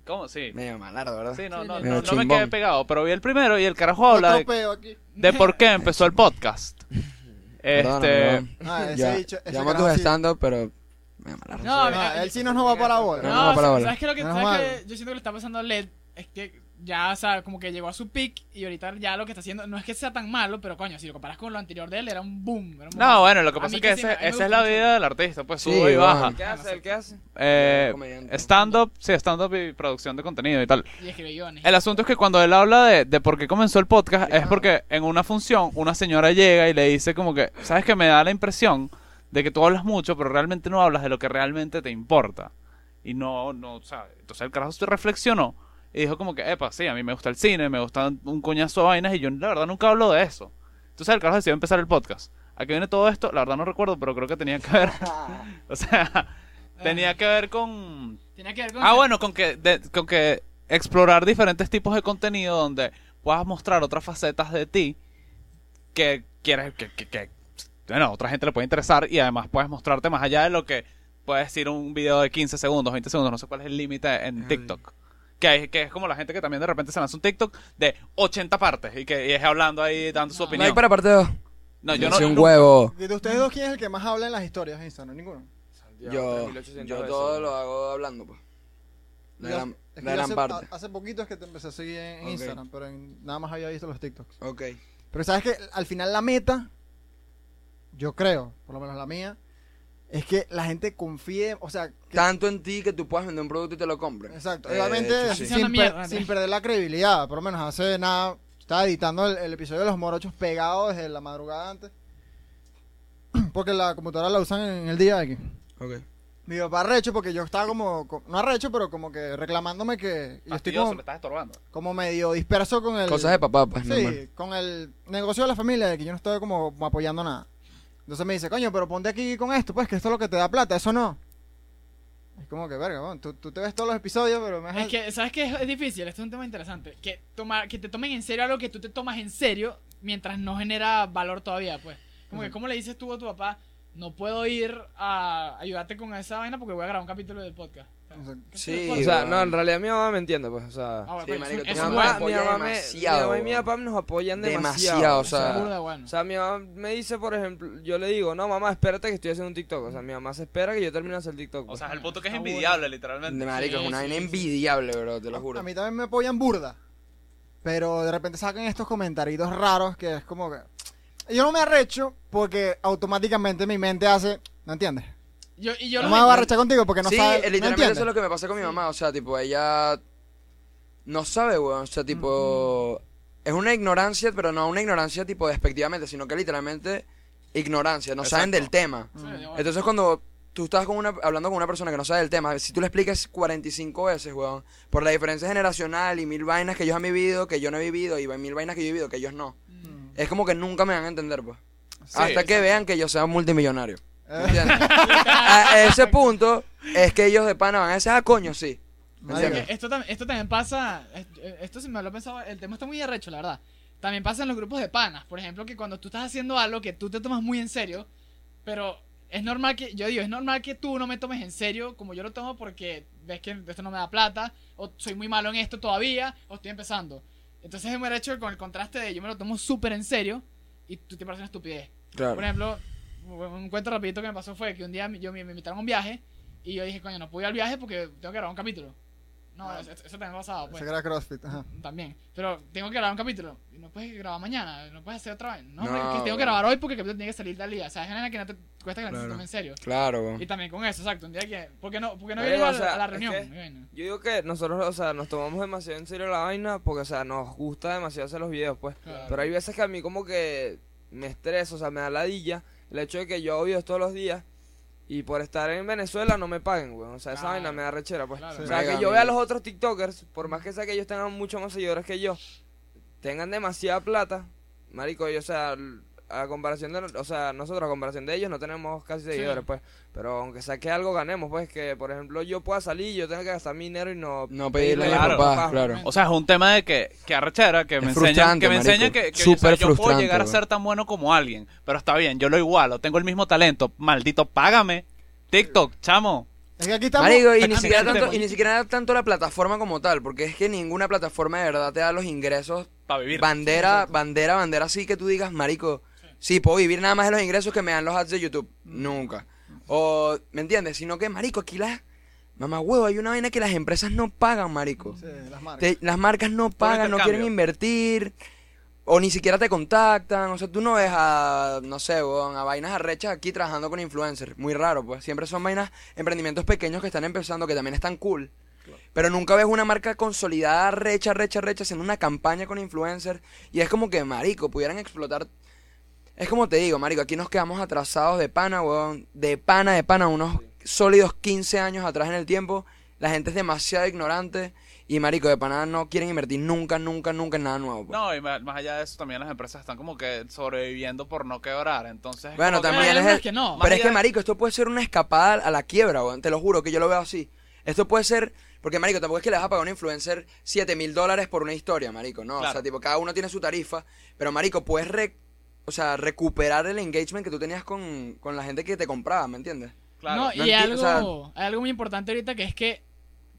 ¿Cómo? Sí. Medio malardo, ¿verdad? Sí, no, Sí, no, no, no, no, no me chimbón. quedé pegado, pero vi el primero y el carajo habla Otro de, peo aquí. pues. de por qué empezó el *laughs* podcast. Perdona, Este, perdón. Ah, ese Ya, dicho- ese llamo a tus carajo sí. stand-up, pero medio malardo. No, Ah, mira, el chino no va para bola. Pero No, no va o para sea, bola. ¿sabes qué es lo que, Menos sabes mal. que yo siento que le está pasando a Led? Es que ya, o sea, como que llegó a su peak y ahorita ya lo que está haciendo, no es que sea tan malo, pero coño, si lo comparas con lo anterior de él, era un boom. Era un no, bueno, lo que A pasa mí es que que sí me- ese- a mí me esa gusta es la mucho. vida del artista, pues Sí, sube y baja. baja. ¿Qué hace? ¿El qué hace? Eh, Comediante. stand-up, sí, stand-up y producción de contenido y tal. Y escribió guiones. El asunto es que cuando él habla de, de por qué comenzó el podcast es porque en una función una señora llega y le dice como que, ¿sabes que Me da la impresión de que tú hablas mucho, pero realmente no hablas de lo que realmente te importa. Y no, no, o sea, entonces el carajo se reflexionó y dijo como que, epa, sí, a mí me gusta el cine, me gustan un coñazo de vainas y yo la verdad nunca hablo de eso. Entonces el carajo decidió empezar el podcast. ¿A qué viene todo esto? La verdad no recuerdo, pero creo que tenía que ver, o sea, tenía que ver con... Tenía que ver con Ah, bueno, con que, de- con que explorar diferentes tipos de contenido donde puedas mostrar otras facetas de ti que quieres que, que, que bueno, a otra gente le puede interesar y además puedes mostrarte más allá de lo que puedes decir un video de 15 segundos, 20 segundos, no sé cuál es el límite en TikTok. Que, hay- que es como la gente que también de repente se lanza un TikTok de 80 partes y que y es hablando ahí, dando su No. Like opinión. para parte 2. No, yo yo no. soy un nunca- huevo. ¿De ustedes dos quién es el que más habla en las historias de Instagram? Ninguno. Yo, yo todo lo hago hablando, pues. La Yo- gran, es que la yo gran hace, parte. a- hace poquito es que te empecé a seguir en Ok. Instagram, pero en- nada más había visto los TikToks. Ok. Pero sabes ah, que al final la meta, yo creo, por lo menos la mía, es que la gente confíe, o sea, que- Tanto en ti que tú puedas vender un producto y te lo compren. Exacto, Eh, de obviamente hecho, sí. sin, Una per- mierda, sin tío. perder la credibilidad, por lo menos hace nada, estaba editando el, el episodio de los morochos pegados desde la madrugada antes, *clears throat* porque la computadora la usan en el día de aquí. Ok. Mi papá arrecho porque yo estaba como, co- no arrecho, pero como que reclamándome que yo estoy Fastidioso, como, me estás estorbando. como medio disperso con el... Cosas de papá, pues, normal. Sí, con el negocio de la familia, de que yo no estoy como apoyando nada. Entonces me dice, coño, pero ponte aquí con esto, pues, que esto es lo que te da plata, eso no. Es como que, verga, bueno, tú, tú te ves todos los episodios, pero me vas a- Es que, ¿sabes qué? Es difícil, este es un tema interesante. Que, tomar, que te tomen en serio algo que tú te tomas en serio mientras no genera valor todavía, pues. Como que, Ujú. ¿cómo le dices tú a tu papá? No puedo ir a ayudarte con esa vaina porque voy a grabar un capítulo del podcast. Exacto. Sí, O sea, no, en realidad mi mamá me entiende, pues, o sea... Ah, bueno, Sí, pero marico, eso- tu eso es mamá- bueno. me mi, apoya mamá me- mi demasiado, mamá y mi weón. papá nos apoyan Demasiado, demasiado. o sea, Eso es burda bueno. O sea, mi mamá me dice, por ejemplo, yo le digo, no, mamá, espérate que estoy haciendo un TikTok. O sea, mi mamá se espera que yo termine de hacer TikTok. O pues. sea, es el punto que es Está bueno. envidiable, literalmente. De marico, Sí, es una sí, vaina sí. envidiable, bro, te lo juro. A mí también me apoyan burda. Pero de repente sacan estos comentaritos raros que es como que. Yo no me arrecho porque automáticamente mi mente hace. ¿No entiendes? Yo, y yo No los me voy a arrechar contigo porque no sí, eh, sabe- ¿no literalmente entiendes? eso es lo que me pasa con mi mamá. O sea, tipo, ella no sabe, weón. O sea, tipo, es una ignorancia, pero no una ignorancia tipo despectivamente, sino que literalmente ignorancia. No saben Exacto. del tema. Sí, yo- Entonces cuando tú estás con una, hablando con una persona que no sabe del tema, si tú le explicas 45 veces, weón, por la diferencia generacional y mil vainas que ellos han vivido, que yo no he vivido, y mil vainas que yo he vivido, que ellos no. Mm. Es como que nunca me van a entender, pues. Sí, Hasta que vean que yo sea un multimillonario. Eh. ¿Entiendes? a ese punto es que ellos de pana van a decir, ah, coño, sí. Marico, ¿Entiendes? Porque esto, tam- esto también pasa, eh, esto se me lo he pensado, el tema está muy arrecho, la verdad. También pasa en los grupos de panas, por ejemplo, que cuando tú estás haciendo algo que tú te tomas muy en serio, pero es normal que, yo digo, es normal que tú no me tomes en serio como yo lo tomo porque ves que esto no me da plata, o soy muy malo en esto todavía, o estoy empezando. Entonces es muy arrecho con el contraste de yo me lo tomo súper en serio y tú te parece una estupidez. Por Claro. ejemplo, un cuento rapidito que me pasó fue que un día yo me, me invitaron a un viaje y yo dije, coño, no pude ir al viaje porque tengo que grabar un capítulo. No, Ah. eso, eso también me ha pasado, pues. Se crea CrossFit. Ajá. También. Pero tengo que grabar un capítulo. Y no puedes grabar mañana, no puedes hacer otra vez. No, No, hombre, que tengo que bro. grabar hoy porque el capítulo tiene que salir tal día. O sea, es una vaina que no te cuesta que la gente se Claro. tome en serio. Claro, weón. Y también con eso, exacto. Un día que. ¿Por qué no, porque no Pero, vienes a, o sea, la- a la es reunión? que- Y bueno. Yo digo que nosotros, o sea, nos tomamos demasiado en serio la vaina porque, o sea, nos gusta demasiado hacer los videos, pues. Claro. Pero hay veces que a mí como que me estreso, o sea, me da ladilla el hecho de que yo hago videos todos los días Y por estar en Venezuela no me paguen, weón. O sea, esa Claro. vaina me da rechera, pues. Claro. O Sí. sea, Mega, que yo vea a amigo. los otros TikTokers, por más que sea que ellos tengan mucho más seguidores que yo, tengan demasiada plata, marico, yo, o sea, l- a comparación de, o sea, nosotros a comparación de ellos no tenemos casi seguidores, pues. Pero aunque sea que algo ganemos, pues, que por ejemplo yo pueda salir y yo tenga que gastar mi dinero y no... No pedirle a pedirle mis Claro, papás, claro. O sea, es un tema de que, que arrechera, que Es me enseñan, que, me frustrante, enseñan marico. que, que, Súper yo puedo frustrante, llegar a bro. ser tan bueno como alguien. Pero está bien, yo lo igualo, tengo el mismo talento. Maldito, págame. TikTok, chamo. Es que aquí estamos. Marico, y ni, Estamos- siquiera estamos- tanto, y ni siquiera tanto la plataforma como tal, porque es que ninguna plataforma de verdad te da los ingresos Para vivir. bandera, bandera, bandera así que tú digas, marico, sí, puedo vivir nada más de los ingresos que me dan los ads de YouTube. Nunca. O, ¿me entiendes? Sino que, marico, aquí las... Mamá huevo, hay una vaina que las empresas no pagan, marico. Sí, las marcas. Te- las marcas no pagan, no intercambio. quieren invertir. O ni siquiera te contactan. O sea, tú no ves a, no sé, weón, a vainas arrechas aquí trabajando con influencers. Muy raro, pues. Siempre son vainas, emprendimientos pequeños que están empezando, que también están cool. Pero nunca ves una marca consolidada, recha, recha, recha, haciendo una campaña con influencers. Y es como que, marico, pudieran explotar. Es como te digo, marico, aquí nos quedamos atrasados de pana, weón. De pana, de pana, unos sólidos 15 años atrás en el tiempo. La gente es demasiado ignorante. Y, marico, de pana no quieren invertir nunca, nunca, nunca en nada nuevo. pues. No, y ma- más allá de eso, también las empresas están como que sobreviviendo por no quebrar. Entonces, Bueno, como que- también hay es unas el- que no. Pero es María- que, marico, esto puede ser una escapada a la quiebra, weón. Te lo juro que yo lo veo así. Esto puede ser... Porque, marico, tampoco es que le vas a pagar a un influencer 7 mil dólares por una historia, marico. No, Claro. o sea, tipo, cada uno tiene su tarifa. Pero, marico, puedes re- o sea, recuperar el engagement que tú tenías con, con la gente que te compraba, ¿me entiendes? Claro. no, y no hay enti- o algo, sea- hay algo muy importante ahorita que es que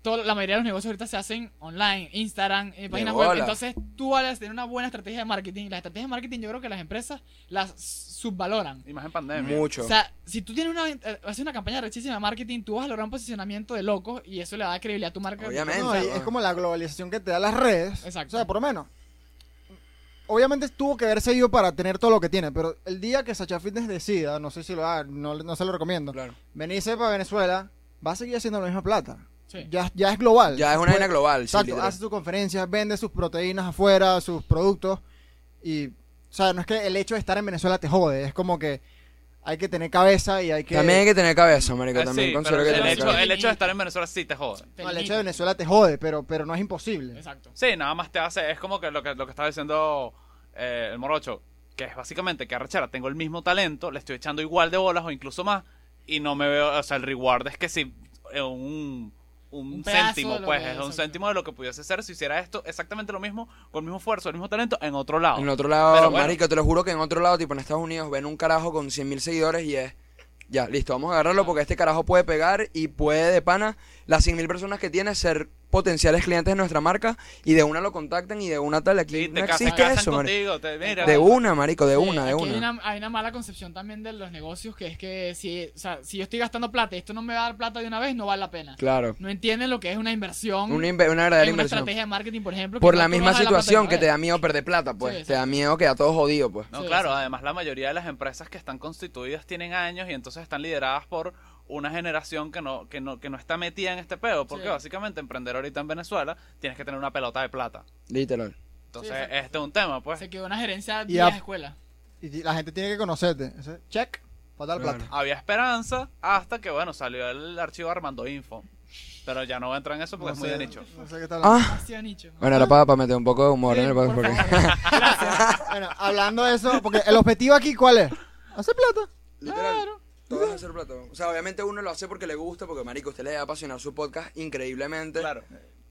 todo- la mayoría de los negocios ahorita se hacen online, Instagram, eh, páginas web. bola. Entonces tú hablas de una buena estrategia de marketing. y Las estrategias de marketing yo creo que las empresas las subvaloran. Y más en pandemia. Mucho. O sea, si tú tienes una, eh, haces una campaña rechísima de marketing, tú vas a lograr un posicionamiento de locos y eso le da credibilidad a tu marca. Obviamente. No, y Exacto. es como la globalización que te da las redes. Exacto. O sea, por lo menos. Obviamente tuvo que haber seguido para tener todo lo que tiene, pero el día que Sacha Fitness decida, no sé si lo haga, no, no se lo recomiendo, Claro. venirse para Venezuela, va a seguir haciendo la misma plata. Sí. Ya, ya es global. Ya es una Puede- vaina global. sí, Exacto, literal. hace sus conferencias, vende sus proteínas afuera, sus productos. Y, o sea, no es que el hecho de estar en Venezuela te jode, es como que hay que tener cabeza y hay que. También hay que tener cabeza, Eh, marico. también sí, considero pero que el, tener hecho, cabeza. el hecho de estar en Venezuela sí te jode. Te No, el hecho limita. de Venezuela te jode, pero, pero no es imposible. Exacto. Sí, nada más te hace, es como que lo que, lo que estaba diciendo eh, el morocho, que es básicamente que arrechera, tengo el mismo talento, le estoy echando igual de bolas o incluso más, y no me veo, o sea, el reward es que si eh, un, un, Un pedazo de céntimo, lo pues que- es un exacto. céntimo de lo que pudiese ser si hiciera esto exactamente lo mismo, con el mismo esfuerzo, el mismo talento, en otro lado. En otro lado, Oh. Pero bueno. marico, te lo juro que en otro lado, tipo en Estados Unidos, ven un carajo con 100 mil seguidores y es... Ya, listo, vamos a Ah. agarrarlo porque este carajo puede pegar y puede de pana las 100 mil personas que tiene ser potenciales clientes de nuestra marca y de una lo contactan y de una tal. Aquí Sí, no te casas, existe casan eso, marico. contigo, te- mira, De una, marico, de Sí, una, de Eh, aquí una. Hay una, hay una mala concepción también de los negocios que es que si, o sea, si yo estoy gastando plata y esto no me va a dar plata de una vez, no vale la pena. Claro. No entienden lo que es una inversión. Una, inve- una en verdadera una inversión. estrategia de marketing, por ejemplo. que Por no, la tú no misma vas a dar la plata situación de que una te vez. da miedo perder plata, pues. Sí, Te da exacto. miedo quedar todo jodido, pues. No, Sí, claro, sí. además la mayoría de las empresas que están constituidas tienen años y entonces están lideradas por una generación que no, que no, que no está metida en este pedo, porque Sí. básicamente emprender ahorita en Venezuela tienes que tener una pelota de plata. Literal. Entonces, Sí, exacto. este es un tema, pues. Se quedó una gerencia de Y a- las escuelas. Y ti- la gente tiene que conocerte. Ese check, para dar Claro. plata. Había esperanza hasta que, bueno, salió el archivo Armando Info. Pero ya no voy a entrar en eso porque No es muy sé- de nicho. no sé qué tal. Ah. Hacía nicho. Bueno, ahora para, meter un poco de humor Sí, en el por porque- favor. Ah. Bueno, hablando de eso, porque el objetivo aquí, ¿cuál es? Hacer plata. Literal. Todo es hacer plata. O sea, obviamente uno lo hace porque le gusta, porque marico, usted le va a apasionar su podcast increíblemente. Claro.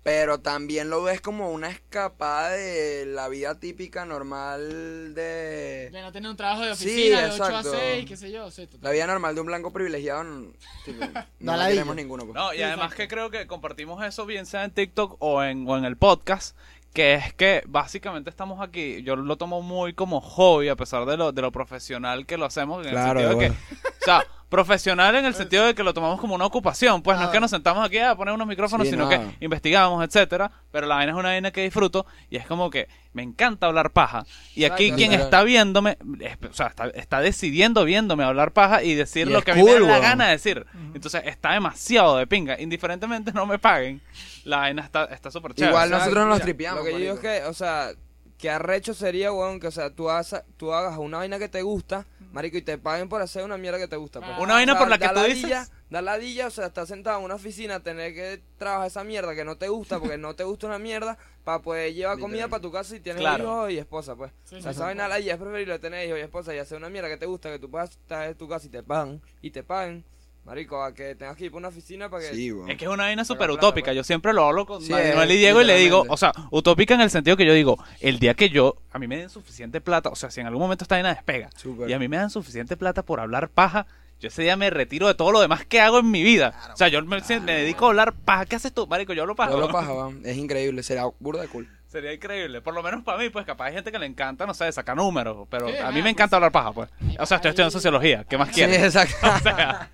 Pero también lo ves como una escapada de la vida típica normal de. De no tener un trabajo de Sí, oficina de 8 a exacto. 6, qué sé yo. sí, La vida normal de un blanco privilegiado. n- tipo, *laughs* no Da la la tenemos villa. ninguno. pues. No, y Sí, además exacto. que creo que compartimos eso bien sea en TikTok o en, o en el podcast, que es que básicamente estamos aquí, yo lo tomo muy como hobby a pesar de lo, de lo profesional que lo hacemos, en Claro, el sentido de de que, o sea, profesional *laughs* en el sentido de que lo tomamos como una ocupación, pues no es que nos sentamos aquí a poner unos micrófonos, Sí, sino no. que investigamos, etcétera, pero la vaina es una vaina que disfruto y es como que me encanta hablar paja y aquí Exacto. quien Literal. está viéndome, es- o sea, está, está decidiendo viéndome hablar paja y decir Y lo es que a mí me da cool, la weón. gana a decir. Entonces está demasiado de pinga. Indiferentemente no me paguen, la vaina está está súper chévere. Igual O sea, nosotros nos mira, tripeamos. Lo que yo digo es marico. que, o sea, que arrecho sería, weón, que, o sea, tú, hagas tú hagas una vaina que te gusta, Marico, y te paguen por hacer una mierda que te gusta. pues. Una vaina O sea, por la que da tú ladilla- dices. Da ladilla, o sea, estar sentado en una oficina, tener que trabajar esa mierda que no te gusta, porque no te gusta una mierda, para poder llevar comida para tu casa y tienes Claro. hijos y esposa, pues. Sí, o sí, sea, sí. esa vaina ladilla es preferible tener hijos y esposa y hacer una mierda que te gusta, que tú puedas estar en tu casa y te pagan, y te paguen, marico, a que tengas que ir para una oficina para que... Sí, weón. Es que es una vaina súper Pero plata, utópica. pues. Yo siempre lo hablo con Sí, Manuel y es, Diego y le digo, literalmente. o sea, utópica en el sentido que yo digo, el día que yo, a mí me den suficiente plata, o sea, si en algún momento esta vaina despega, Súper. y a mí me dan suficiente plata por hablar paja, yo ese día me retiro de todo lo demás que hago en mi vida. o sea, yo me, me dedico a hablar paja. ¿Qué haces tú, marico? Yo hablo paja. Todo lo weón. paja, weón. Es increíble. Será burda de cool. Sería increíble. Por lo menos para mí, pues capaz hay gente que le encanta, no sé, sacar números, pero Sí, a ah, mí me pues. encanta hablar paja, pues. O sea, estoy estudiando sociología. ¿Qué más Sí, quieres? exacto. *laughs* O sea,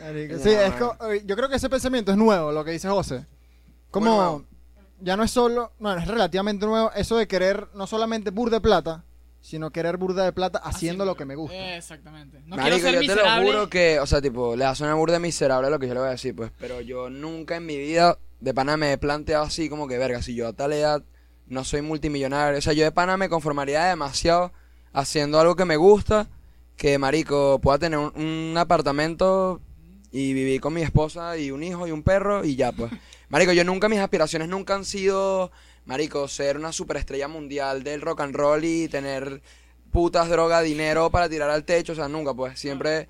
Marico, Sí, es co- eh, yo creo que ese pensamiento es nuevo, lo que dice José. Muy Como nuevo. ya no es solo, bueno, es relativamente nuevo eso de querer no solamente burda de plata, sino querer burda de plata Ah, haciendo lo que me gusta. Eh, Exactamente. No Marico, quiero ser yo te lo miserable. juro que, o sea, tipo, le da una burda miserable lo que yo le voy a decir, pues. Pero yo nunca en mi vida de pana me he planteado así, como que, verga, si yo a tal edad no soy multimillonario. O sea, yo de pana me conformaría demasiado haciendo algo que me gusta, que, marico, pueda tener un, un apartamento y vivir con mi esposa y un hijo y un perro y ya, pues. *laughs* Marico, yo nunca, mis aspiraciones nunca han sido, marico, ser una superestrella mundial del rock and roll y tener putas, droga, dinero para tirar al techo, o sea, nunca, pues, siempre...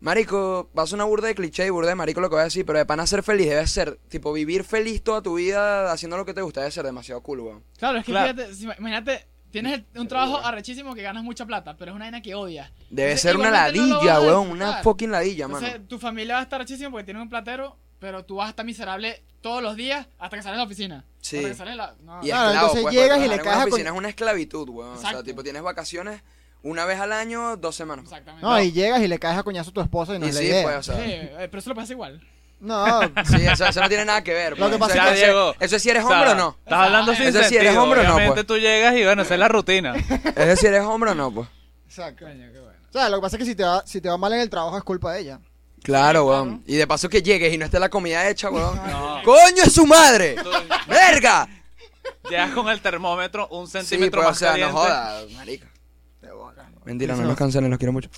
Marico, vas a una burda de cliché y burda de marico lo que voy a decir, pero de pana ser feliz debe ser, tipo, vivir feliz toda tu vida haciendo lo que te gusta debe ser demasiado cool, weón. Claro, es que Claro. fíjate, si- imagínate, tienes un trabajo arrechísimo que ganas mucha plata, pero es una vaina que odias. Debe Entonces, ser una igualmente no lo ladilla, vas a weón, una disfrutar. fucking ladilla, mano. Entonces, tu familia va a estar arrechísima porque tienen un platero, pero tú vas a estar miserable todos los días hasta que sales de la oficina. Sí. Hasta que sales de la... no. Y Claro, esclavo, entonces pues, llegas porque y le trabajar en caes una a oficina coño- es una esclavitud, weón. O sea, Exacto. tipo, tienes vacaciones una vez al año, dos semanas. Exactamente. No, y llegas y le caes a coñazo a tu esposa y no Y es la sí, idea. pues, o sea. Sí, eh, pero eso lo pasa igual. No, Sí, eso, eso no tiene nada que ver. Lo que pues. pasa Eso es que- es- eso, es si eres o sea, hombre o *laughs* no. Estás hablando sin Eso sí, sentido. ¿eres hombre o no, Obviamente pues? tú llegas y bueno, esa es la *laughs* rutina. Eso es si eres hombre o no, pues. exacto. Coño, qué bueno. O sea, lo que pasa es que si te va, si te va mal en el trabajo es culpa de ella. Claro, weón. Y de paso que llegues y no esté la comida hecha, weón. ¡Coño, es su madre! ¡Verga! Llegas con el termómetro un Sí, centímetro pues, o más sea, caliente. no jodas, marica. Mentira, no nos cancelen, los quiero mucho.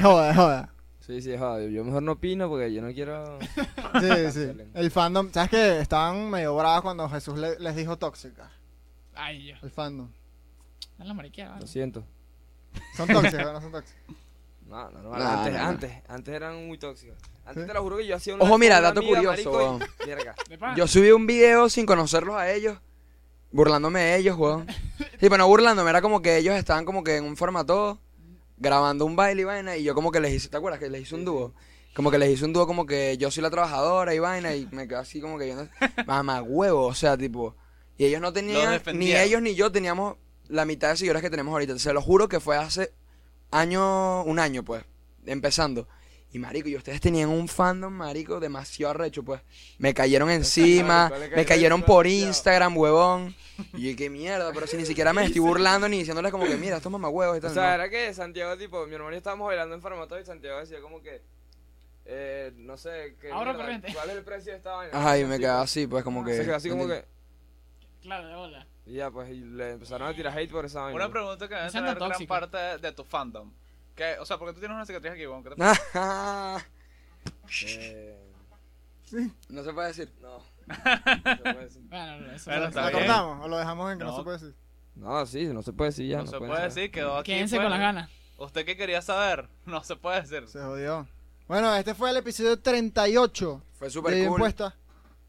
Joda, joda. Sí, sí, joder, yo mejor no opino porque yo no quiero... *laughs* Sí, sí. El fandom, ¿sabes que Estaban medio bravos cuando Jesús le- les dijo tóxica. Ay, Dios. El fandom. Dale la mariquera, vale. Lo siento. *laughs* Son tóxicas, no son tóxicas. No, no, no, No, antes, no, no. antes, antes eran muy tóxicos. Antes ¿Sí? te lo juro que yo hacía un Ojo, live mira, con una dato amiga, curioso, marico, y- *laughs* weón. Verga. De pana. Yo subí un video sin conocerlos a ellos, burlándome de ellos, weón. Sí, pero no burlándome, era como que ellos estaban como que en un formato, grabando un baile y vaina, y yo como que les hice, ¿te acuerdas? Que les hice un dúo. Como que les hice un dúo como que yo soy la trabajadora y vaina, y me quedé así como que viendo, mamá huevo, o sea, tipo. Y ellos no Los tenían, ni defendieron. ellos ni yo teníamos la mitad de seguidores que tenemos ahorita. Se lo juro que fue hace año, un año, pues, empezando. Y marico, y ustedes tenían un fandom, marico, demasiado arrecho, pues. Me cayeron encima, Marico, le me cayeron cayeron por demasiado. Instagram, huevón. Y yo, qué mierda, pero si ni siquiera *laughs* me estoy burlando ni diciéndoles como que, mira, estos mamagüevos y O tal. sea, no. era que Santiago, tipo, mi hermano y yo estábamos bailando en Farmatodo y Santiago decía como que, eh, no sé, que, Ahorro mierda, corriente. ¿cuál es el precio de esta vaina? Ajá, y me Así, quedaba pues. así, pues, como que... Se quedó así como que, Claro, de bola. y ya, pues, y le empezaron a tirar hate por esa vaina. Una pregunta que debe No sean tan tener gran tóxicos. parte de, de tu fandom. Que, o sea, porque tú tienes una cicatriz aquí, weón. ¿Qué te pasa? *laughs* Eh, no se puede decir. no. No se puede decir. Bueno, no, eso Bueno, no- está ¿La bien. cortamos o lo dejamos en que no, No. se puede decir? No, sí, no se puede decir ya. no se pueden puede saber. decir, quedó aquí. Quédense pues. con las ganas. ¿Usted qué quería saber? No se puede decir. Se jodió. Bueno, este fue el episodio 38 Fue de súper cool. Impuesta.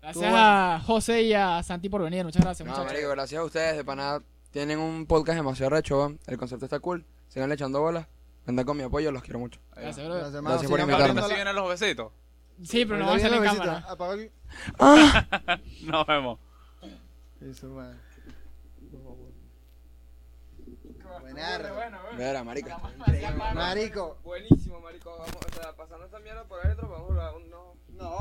Gracias a José y a Santi por venir. Muchas gracias, No, muchachos. marico, gracias a ustedes, de panada. Tienen un podcast demasiado recho, weón. El concepto está cool. Sigan echando bolas. Andan con mi apoyo, los quiero mucho. Gracias, bro. Las demás, Gracias por sigan invitarme. Ahorita mandándola- sí vienen los besitos. Sí, pero no Ahorita va a salir en viene la cámara. visita. Apaga el- Nos vemos. Eso, madre. Verá, marica. Marico. Buenísimo, marico. Vamos, o sea, pasando esta mierda por adentro, vamos a jugar unos